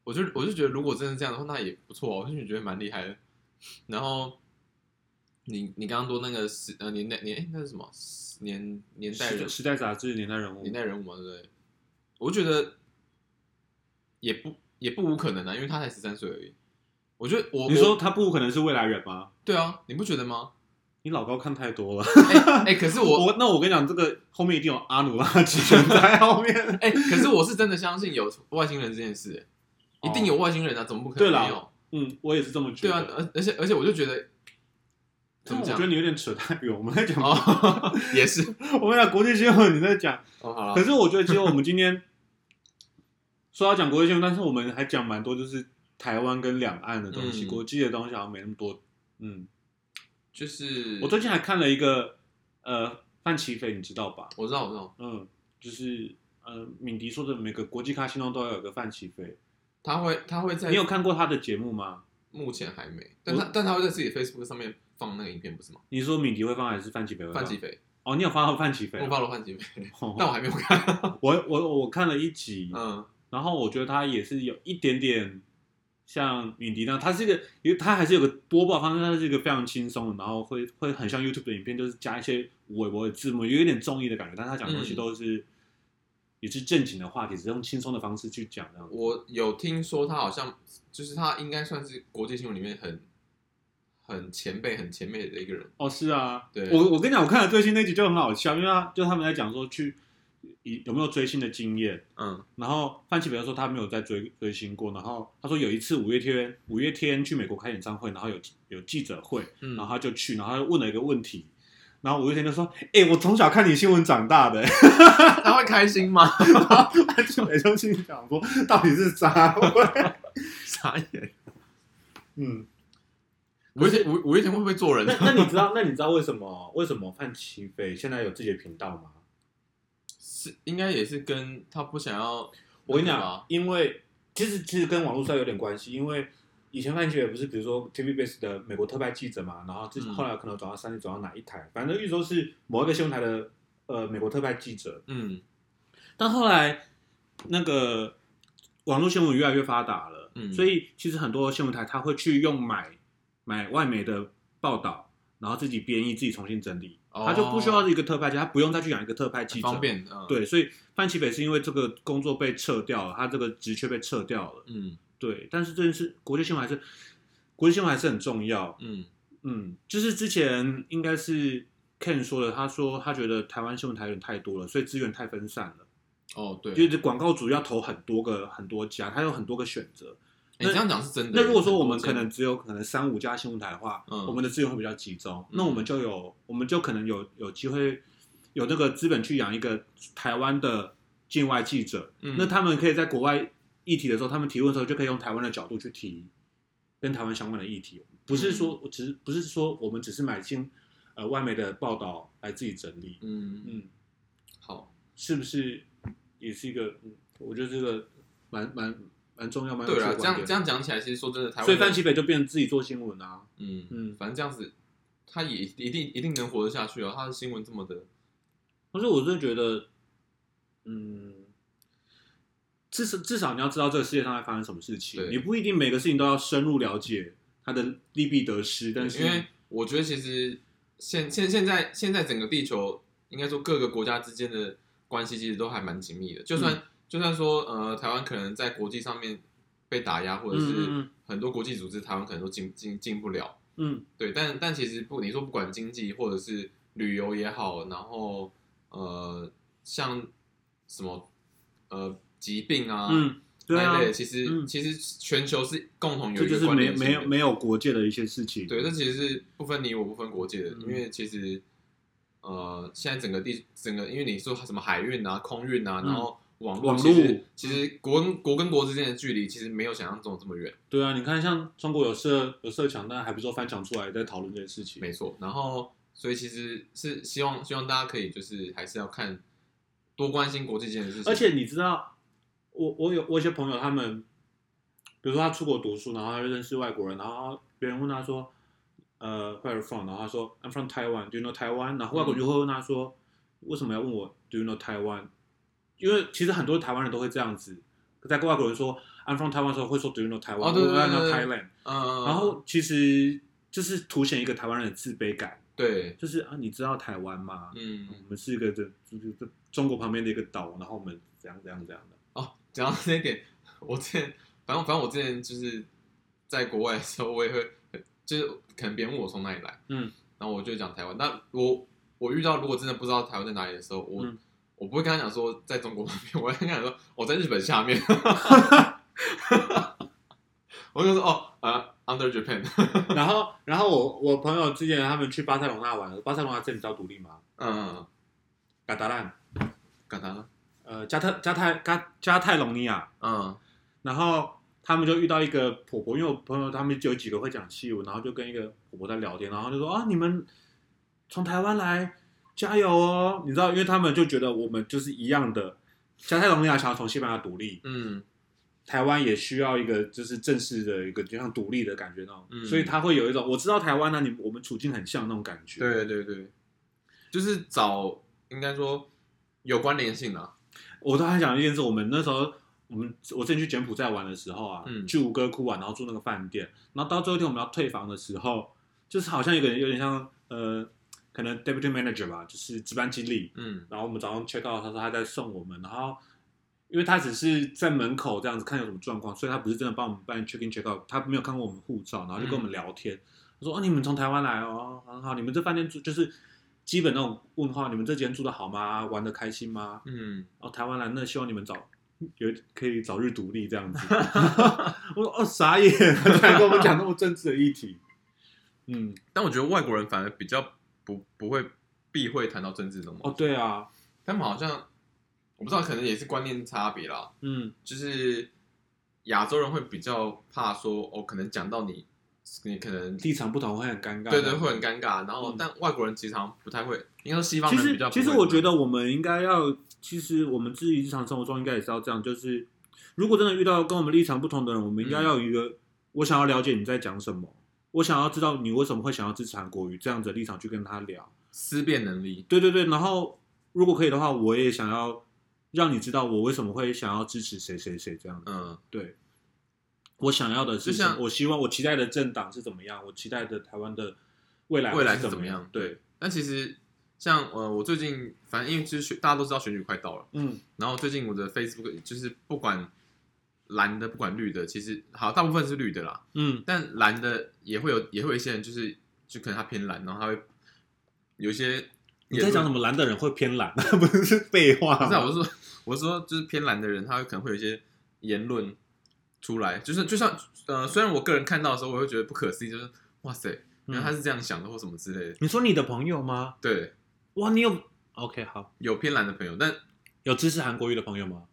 A: 我就我就觉得如果真的这样的话，那也不错哦，我就觉得蛮厉害的。然后你你刚刚说那个时呃年代年哎那是什么年年代人
B: 时时代杂志年代人物
A: 年，代人物嘛，对不对？我觉得也不也不无可能啊，因为他才十三岁而已。我觉得我
B: 你说
A: 我
B: 他不可能是未来人吗？
A: 对啊，你不觉得 吗？
B: 你老高看太多了。
A: 哎、哎可是我
B: 我那我跟你讲，这个后面一定有阿努拉 奇神在后面。
A: 哎、可是我是真的相信有外星人这件事、哎一定有外星人啊，怎么不可
B: 哦对
A: 能
B: 啦
A: 没有？
B: 嗯，我也是这么觉
A: 对
B: 得。
A: 啊，而而且而且我就觉得怎
B: 但
A: 么
B: 我
A: 讲
B: 觉得你有点扯太远。我们在讲，
A: 哦，也是
B: 我们讲国际新闻，你在讲。
A: 哦，好
B: 可
A: 了，
B: 是我觉得，其实我们今天 说要讲国际新闻，但是我们还讲蛮多，就是台湾跟两岸的东西，
A: 嗯
B: 国际的东西好像没那么多。嗯，
A: 就是
B: 我最近还看了一个，呃，范奇斐，你知道吧？
A: 我知道我知道，
B: 嗯，就是呃，敏迪说的每个国际咖心中都要有个范奇斐。
A: 他会他会在
B: 你有看过他的节目吗？
A: 目前还没，但他但他会在自己的 Facebook 上面放那个影片，不是吗？
B: 你说敏迪会放还是范奇斐会放？
A: 范吉飞，
B: 哦，你有放到范奇斐
A: 我
B: 啊？
A: 发了范吉飞，
B: 哦
A: 但我还没有看。
B: 我我我看了一集，
A: 嗯，
B: 然后我觉得他也是有一点点像敏迪那样，他是一个，因为他还是有个播报方式，他是一个非常轻松的，然后会会很像 YouTube 的影片，就是加一些无微博的字幕，有一点综艺的感觉，但是他讲的东
A: 嗯
B: 西都是、也是正经的话题，只是用轻松的方式去讲这样子。
A: 我有听说他好像就是他应该算是国际新闻里面很很前辈、很前辈的一个人。
B: 哦，是啊，
A: 对
B: 我我跟你讲，我看了最新那集就很好笑，因为他就他们在讲说去以有没有追星的经验，
A: 嗯
B: 然后范琪比如说他没有在追追星过，然后他说有一次五月天五月天去美国开演唱会，然后有有记者会，
A: 嗯
B: 然后他就去，然后他就问了一个问题，然后五月天就说：“哎、我从小看你新闻长大的。
A: 他会开心吗？”
B: 然后范琪斐就心里想说：“到底是啥会
A: 傻眼。？”
B: 嗯，
A: 五月天，五五月天会不会做人
B: 那？那你知道那你知道为什么为什么范琪斐现在有自己的频道吗？
A: 是应该也是跟他不想要。
B: 我跟你
A: 那个
B: 讲
A: 吧，，
B: 因为其实其实跟网络上有点关系，因为以前范琪斐不是比如说 TVBS 的美国特派记者嘛，然后自己
A: 嗯
B: 后来可能转到三立，转到哪一台，反正一直都是某一个新闻台的呃美国特派记者。
A: 嗯
B: 但后来那个网络新闻越来越发达了，
A: 嗯
B: 所以其实很多新闻台他会去用买买外媒的报道，然后自己编译，自己重新整理，
A: 哦
B: 他就不需要一个特派记者，他不用再去养一个特派记
A: 很
B: 者，
A: 方便。嗯，
B: 对，所以范奇北是因为这个工作被撤掉了，他这个职缺被撤掉了。
A: 嗯
B: 对，但是这件事，国际新闻还是国际新闻还是很重要。
A: 嗯
B: 嗯，就是之前应该是 Ken 说的，他说他觉得台湾新闻台有点太多了，所以资源太分散了，
A: 哦，对，
B: 就是广告主要投很多个很多家，他有很多个选择。
A: 你这样讲是真的。
B: 那如果说我们可能只有可能三五家新闻台的话，
A: 嗯
B: 我们的资源会比较集中，
A: 嗯
B: 那我们就有我们就可能有有机会有那个资本去养一个台湾的境外记者，
A: 嗯
B: 那他们可以在国外议题的时候，他们提问的时候就可以用台湾的角度去提跟台湾相关的议题，不是说、
A: 嗯
B: 我只是不是说我们只是买新呃外媒的报道来自己整理，
A: 嗯，
B: 嗯，
A: 好，
B: 是不是也是一个，嗯我觉得这个蛮蛮蛮重要蛮有
A: 对
B: 趣
A: 啊，
B: 的
A: 这
B: 观
A: 样
B: 点
A: 这样讲起来，其实说真的，台湾
B: 所以范奇北就变成自己做新闻啊。
A: 嗯
B: 嗯
A: 嗯，反正这样子，他也一定一定能活得下去啊。他的新闻这么的，
B: 可是我真的觉得，嗯，至少至少你要知道这个世界上在发生什么事情，
A: 对
B: 你不一定每个事情都要深入了解它的利弊得失，但是
A: 因为我觉得其实现现现在现在整个地球，应该说各个国家之间的关系其实都还蛮紧密的。就
B: 嗯
A: 算、就算说呃，台湾可能在国际上面被打压，或者
B: 嗯嗯
A: 是
B: 嗯
A: 很多国际组织，台湾可能都进进进不了。
B: 嗯
A: 对，但但其实不，你说不管经济或者是旅游也好，然后呃，像什么呃疾病啊，
B: 嗯，对啊
A: 那一，类的，其实、
B: 嗯
A: 其实全球是共同有
B: 这
A: 一
B: 就
A: 个
B: 是
A: 关
B: 没
A: 联性
B: 没有
A: 的
B: 没有国界的一些事情。
A: 对，这其实是不分你我不分国界的，
B: 嗯
A: 因为其实呃，现在整个地整个，因为你说什么海运啊、空运啊，
B: 嗯
A: 然后网
B: 网嗯
A: 其
B: 路
A: 实其实国跟国跟国之间的距离其实没有想象中的这么远，
B: 对啊，你看像中国有设有设墙，但还不是说翻墙出来在讨论这件事情。
A: 没错。然后所以其实是希望希望大家可以就是还是要看多关心国际间的事情，
B: 而且你知道，我我有我一些朋友，他们比如说他出国读书，然后他就认识外国人，然后别人问他说，呃，where are you from？然后他说 I'm from Taiwan。Do you know Taiwan？然后外国人就会问他说，为什么要问我 Do you know Taiwan？因为其实很多台湾人都会这样子，在跟外国人说 I'm from Taiwan 的时候会说 Do you know Taiwan？、
A: 哦对对对
B: I know
A: 对
B: Thailand。
A: 嗯，
B: 然后其实就是凸显一个台湾人的自卑感，
A: 对，
B: 就是啊，你知道台湾吗？
A: 嗯，
B: 我们是一个这就是这中国旁边的一个岛，然后我们怎样怎样怎样的。
A: 哦，讲到这点，我之前反正反正我之前就是在国外的时候，我也会就是可能别人问我从哪里来，
B: 嗯，
A: 然后我就讲台湾。那我我遇到如果真的不知道台湾在哪里的时候，我、
B: 嗯
A: 我不会跟他讲说在中国旁边，我会跟他讲说我在日本下面， 我就说哦呃 under Japan，
B: 然后，然后我我朋友之前他们去巴塞隆纳玩，巴塞隆纳这里叫独立吗？
A: 嗯，
B: 嘎达兰，
A: 干他，
B: 呃，加泰加泰加加泰隆尼亚，
A: 嗯
B: 然后他们就遇到一个婆婆，因为我朋友他们有几个会讲西文，然后就跟一个婆婆在聊天，然后就说啊，你们从台湾来，加油哦！你知道，因为他们就觉得我们就是一样的，加泰隆尼亚想要从西班牙独立，
A: 嗯
B: 台湾也需要一个就是正式的一个就像独立的感觉那种，
A: 嗯
B: 所以他会有一种我知道台湾啊呢、你我们处境很像那种感觉。
A: 对对对，就是找应该说有关联性啊，
B: 我都还讲一件事，我们那时候我们我之前去柬埔寨玩的时候啊，
A: 嗯
B: 去吴哥窟玩，然后住那个饭店，然后到最后一天我们要退房的时候，就是好像有个人有点像呃，可能 deputy manager 吧，就是值班经理，
A: 嗯
B: 然后我们早上 check out，他说他在送我们，然后因为他只是在门口这样子看有什么状况，所以他不是真的帮我们办 check in check out，他没有看过我们护照，然后就跟我
A: 嗯
B: 们聊天，他说哦你们从台湾来哦，很好，你们这饭店住就是基本那种问号，你们这几天住的好吗？玩的开心吗？
A: 嗯，
B: 哦，台湾来，那希望你们早有可以早日独立这 样子。我说哦，傻眼，才跟我们讲那么政治的议题。嗯，
A: 但我觉得外国人反而比较不不会避讳谈到政治这种东
B: 哦，
A: 西，
B: 对啊，
A: 他们好像我不知道，可能也是观念差别啦。
B: 嗯
A: 就是亚洲人会比较怕说，哦，可能讲到你，你可能
B: 立场不同会很尴尬。
A: 对对会很尴尬。然后，
B: 嗯
A: 但外国人其实好像不太会，应该说西方
B: 其
A: 人比
B: 实
A: 较不
B: 其
A: 会
B: 实我觉得我们应该要，其实我们自己日常生活中应该也是要这样，就是如果真的遇到跟我们立场不同的人，我们应该
A: 嗯
B: 要有一个、我想要了解你在讲什么，我想要知道你为什么会想要支持韩国瑜这样子的立场去跟他聊。
A: 思辨能力，
B: 对对对，然后如果可以的话，我也想要让你知道我为什么会想要支持谁谁谁这样的。
A: 嗯，
B: 对，我想要的是
A: 就
B: 什么，
A: 像
B: 我希望我期待的政党是怎么样，我期待的台湾的未来
A: 未来是
B: 啊是
A: 怎么样？
B: 对，。
A: 但其实像呃，我最近反正因为就是选大家都知道选举快到了。
B: 嗯
A: 然后最近我的 Facebook 就是不管蓝的不管绿的，其实好大部分是绿的啦，
B: 嗯
A: 但蓝的也会有也会有一些人就是就可能他偏蓝，然后他会有一些
B: 你在讲什么？蓝的人会偏蓝， 不是废话
A: 不是、啊，
B: 吗？
A: 我是说我是说就是偏蓝的人，他可能会有一些言论出来，就是就像呃，虽然我个人看到的时候，我会觉得不可思议，就是哇塞，原来他
B: 嗯
A: 是这样想的或什么之类的。
B: 你说你的朋友吗？
A: 对，
B: 哇，你有 OK 好，
A: 有偏蓝的朋友，但
B: 有支持韩国瑜的朋友吗？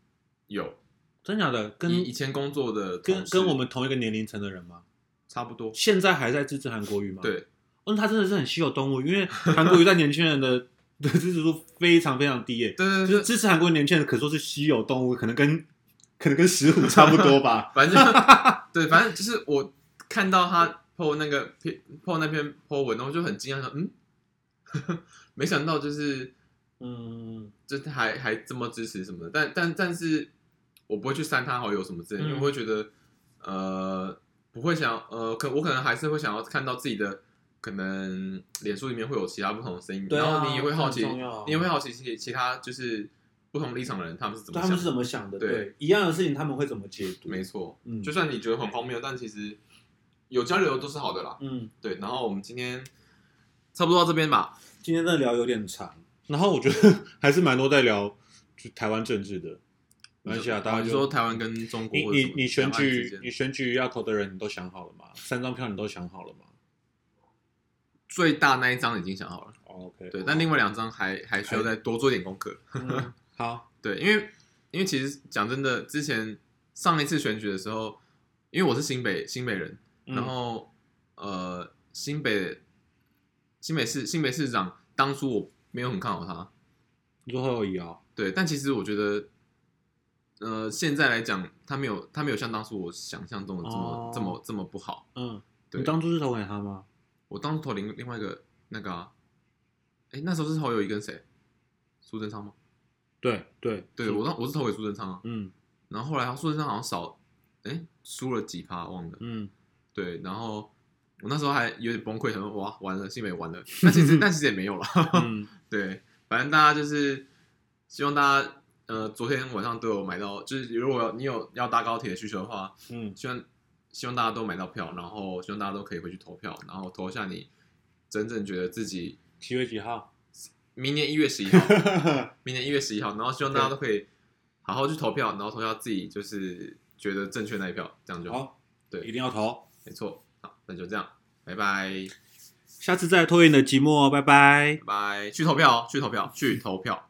A: 有
B: 真假的？跟
A: 以以前工作的同
B: 跟
A: 事
B: 跟我们同一个年龄层的人吗？
A: 差不多，
B: 现在还在支持韩国瑜吗？。
A: 对，
B: 嗯，他真的是很稀有动物，因为韩国瑜在年轻人的的支持度非常非常低耶，
A: 对对
B: 就
A: 对。
B: 是，支持韩国瑜年轻人可说是稀有动物，可能跟可能跟石虎差不多 吧
A: 反正对，反正就是我看到他 po 那个 po 那篇 po 文，然后我就很惊讶，想嗯， 没想到就是
B: 嗯，
A: 就他还还这么支持什么的，但但但是我不会去删他好友什么之类的，
B: 嗯
A: 因为我会觉得呃，不会想呃，可我可能还是会想要看到自己的可能脸书里面会有其他不同的声音，
C: 对啊
A: 然后你也会好奇
C: 这很重要，
A: 你也会好奇其其他就是不同立场的人他们是怎么
C: 他
A: 想
C: 们
A: 的
C: 是。怎么想的？
A: 对
C: 对，一样的事情他们会怎么解读？
A: 没错，
C: 嗯
A: 就算你觉得很荒谬，但其实有交流都是好的啦。
C: 嗯，
A: 对，然后我们今天差不多到这边吧。
C: 今天真的聊有点长，
B: 然后我觉得 还是蛮多在聊就台湾政治的，马来西亚啊大家
A: 你
B: 就
A: 说台湾跟中国
B: 你
A: 或者什
B: 你
A: 么
B: 你选
A: 两岸之
B: 举
A: 间
B: 你选举要投的人，你都想好了吗？三张票你都想好了吗
A: 最大那一张已经想好了，
B: 哦？OK，
A: 对，但另外两张还还需要再多做一点功课。
C: 嗯
B: 好，
A: 对，因为因为其实讲真的，之前上一次选举的时候，因为我是新北新北人，
B: 嗯
A: 然后呃新北新北市新北市长当初我没有很看好他，
B: 你说侯友谊哦，
A: 对，但其实我觉得。呃，现在来讲，他没有，他没有像当初我想象中的这么、
B: 哦
A: 这么这么不好。
B: 嗯，
A: 对
B: 你当初是投给他吗？
A: 我当初投另另外一个那个、啊，哎，那时候是投有一跟谁？苏贞昌吗？
B: 对对
A: 对，我当我是投给苏贞昌啊。
B: 嗯
A: 然后后来苏贞昌好像少，哎，输了几趴忘了。
B: 嗯，
A: 对，然后我那时候还有点崩溃，想说哇完了，新北完了。那其实那其实也没有了。
B: 嗯，
A: 对，反正大家就是希望大家呃，昨天晚上都有买到，就是如果有你有要搭高铁的需求的话，
B: 嗯，
A: 希望希望大家都买到票，然后希望大家都可以回去投票，然后投一下你真正觉得自己
B: 几月几号？
A: 明年一月十一号， 明年一月十一号，然后希望大家都可以好好去投票，然后投下自己就是觉得正确那一票，这样就好。
B: 好，
A: 对
B: 一定要投。
A: 没错，好，那就这样，拜拜，
B: 下次再来拖延你的寂寞哦，拜拜
A: 拜。拜，去投票哦，去投票，去投票。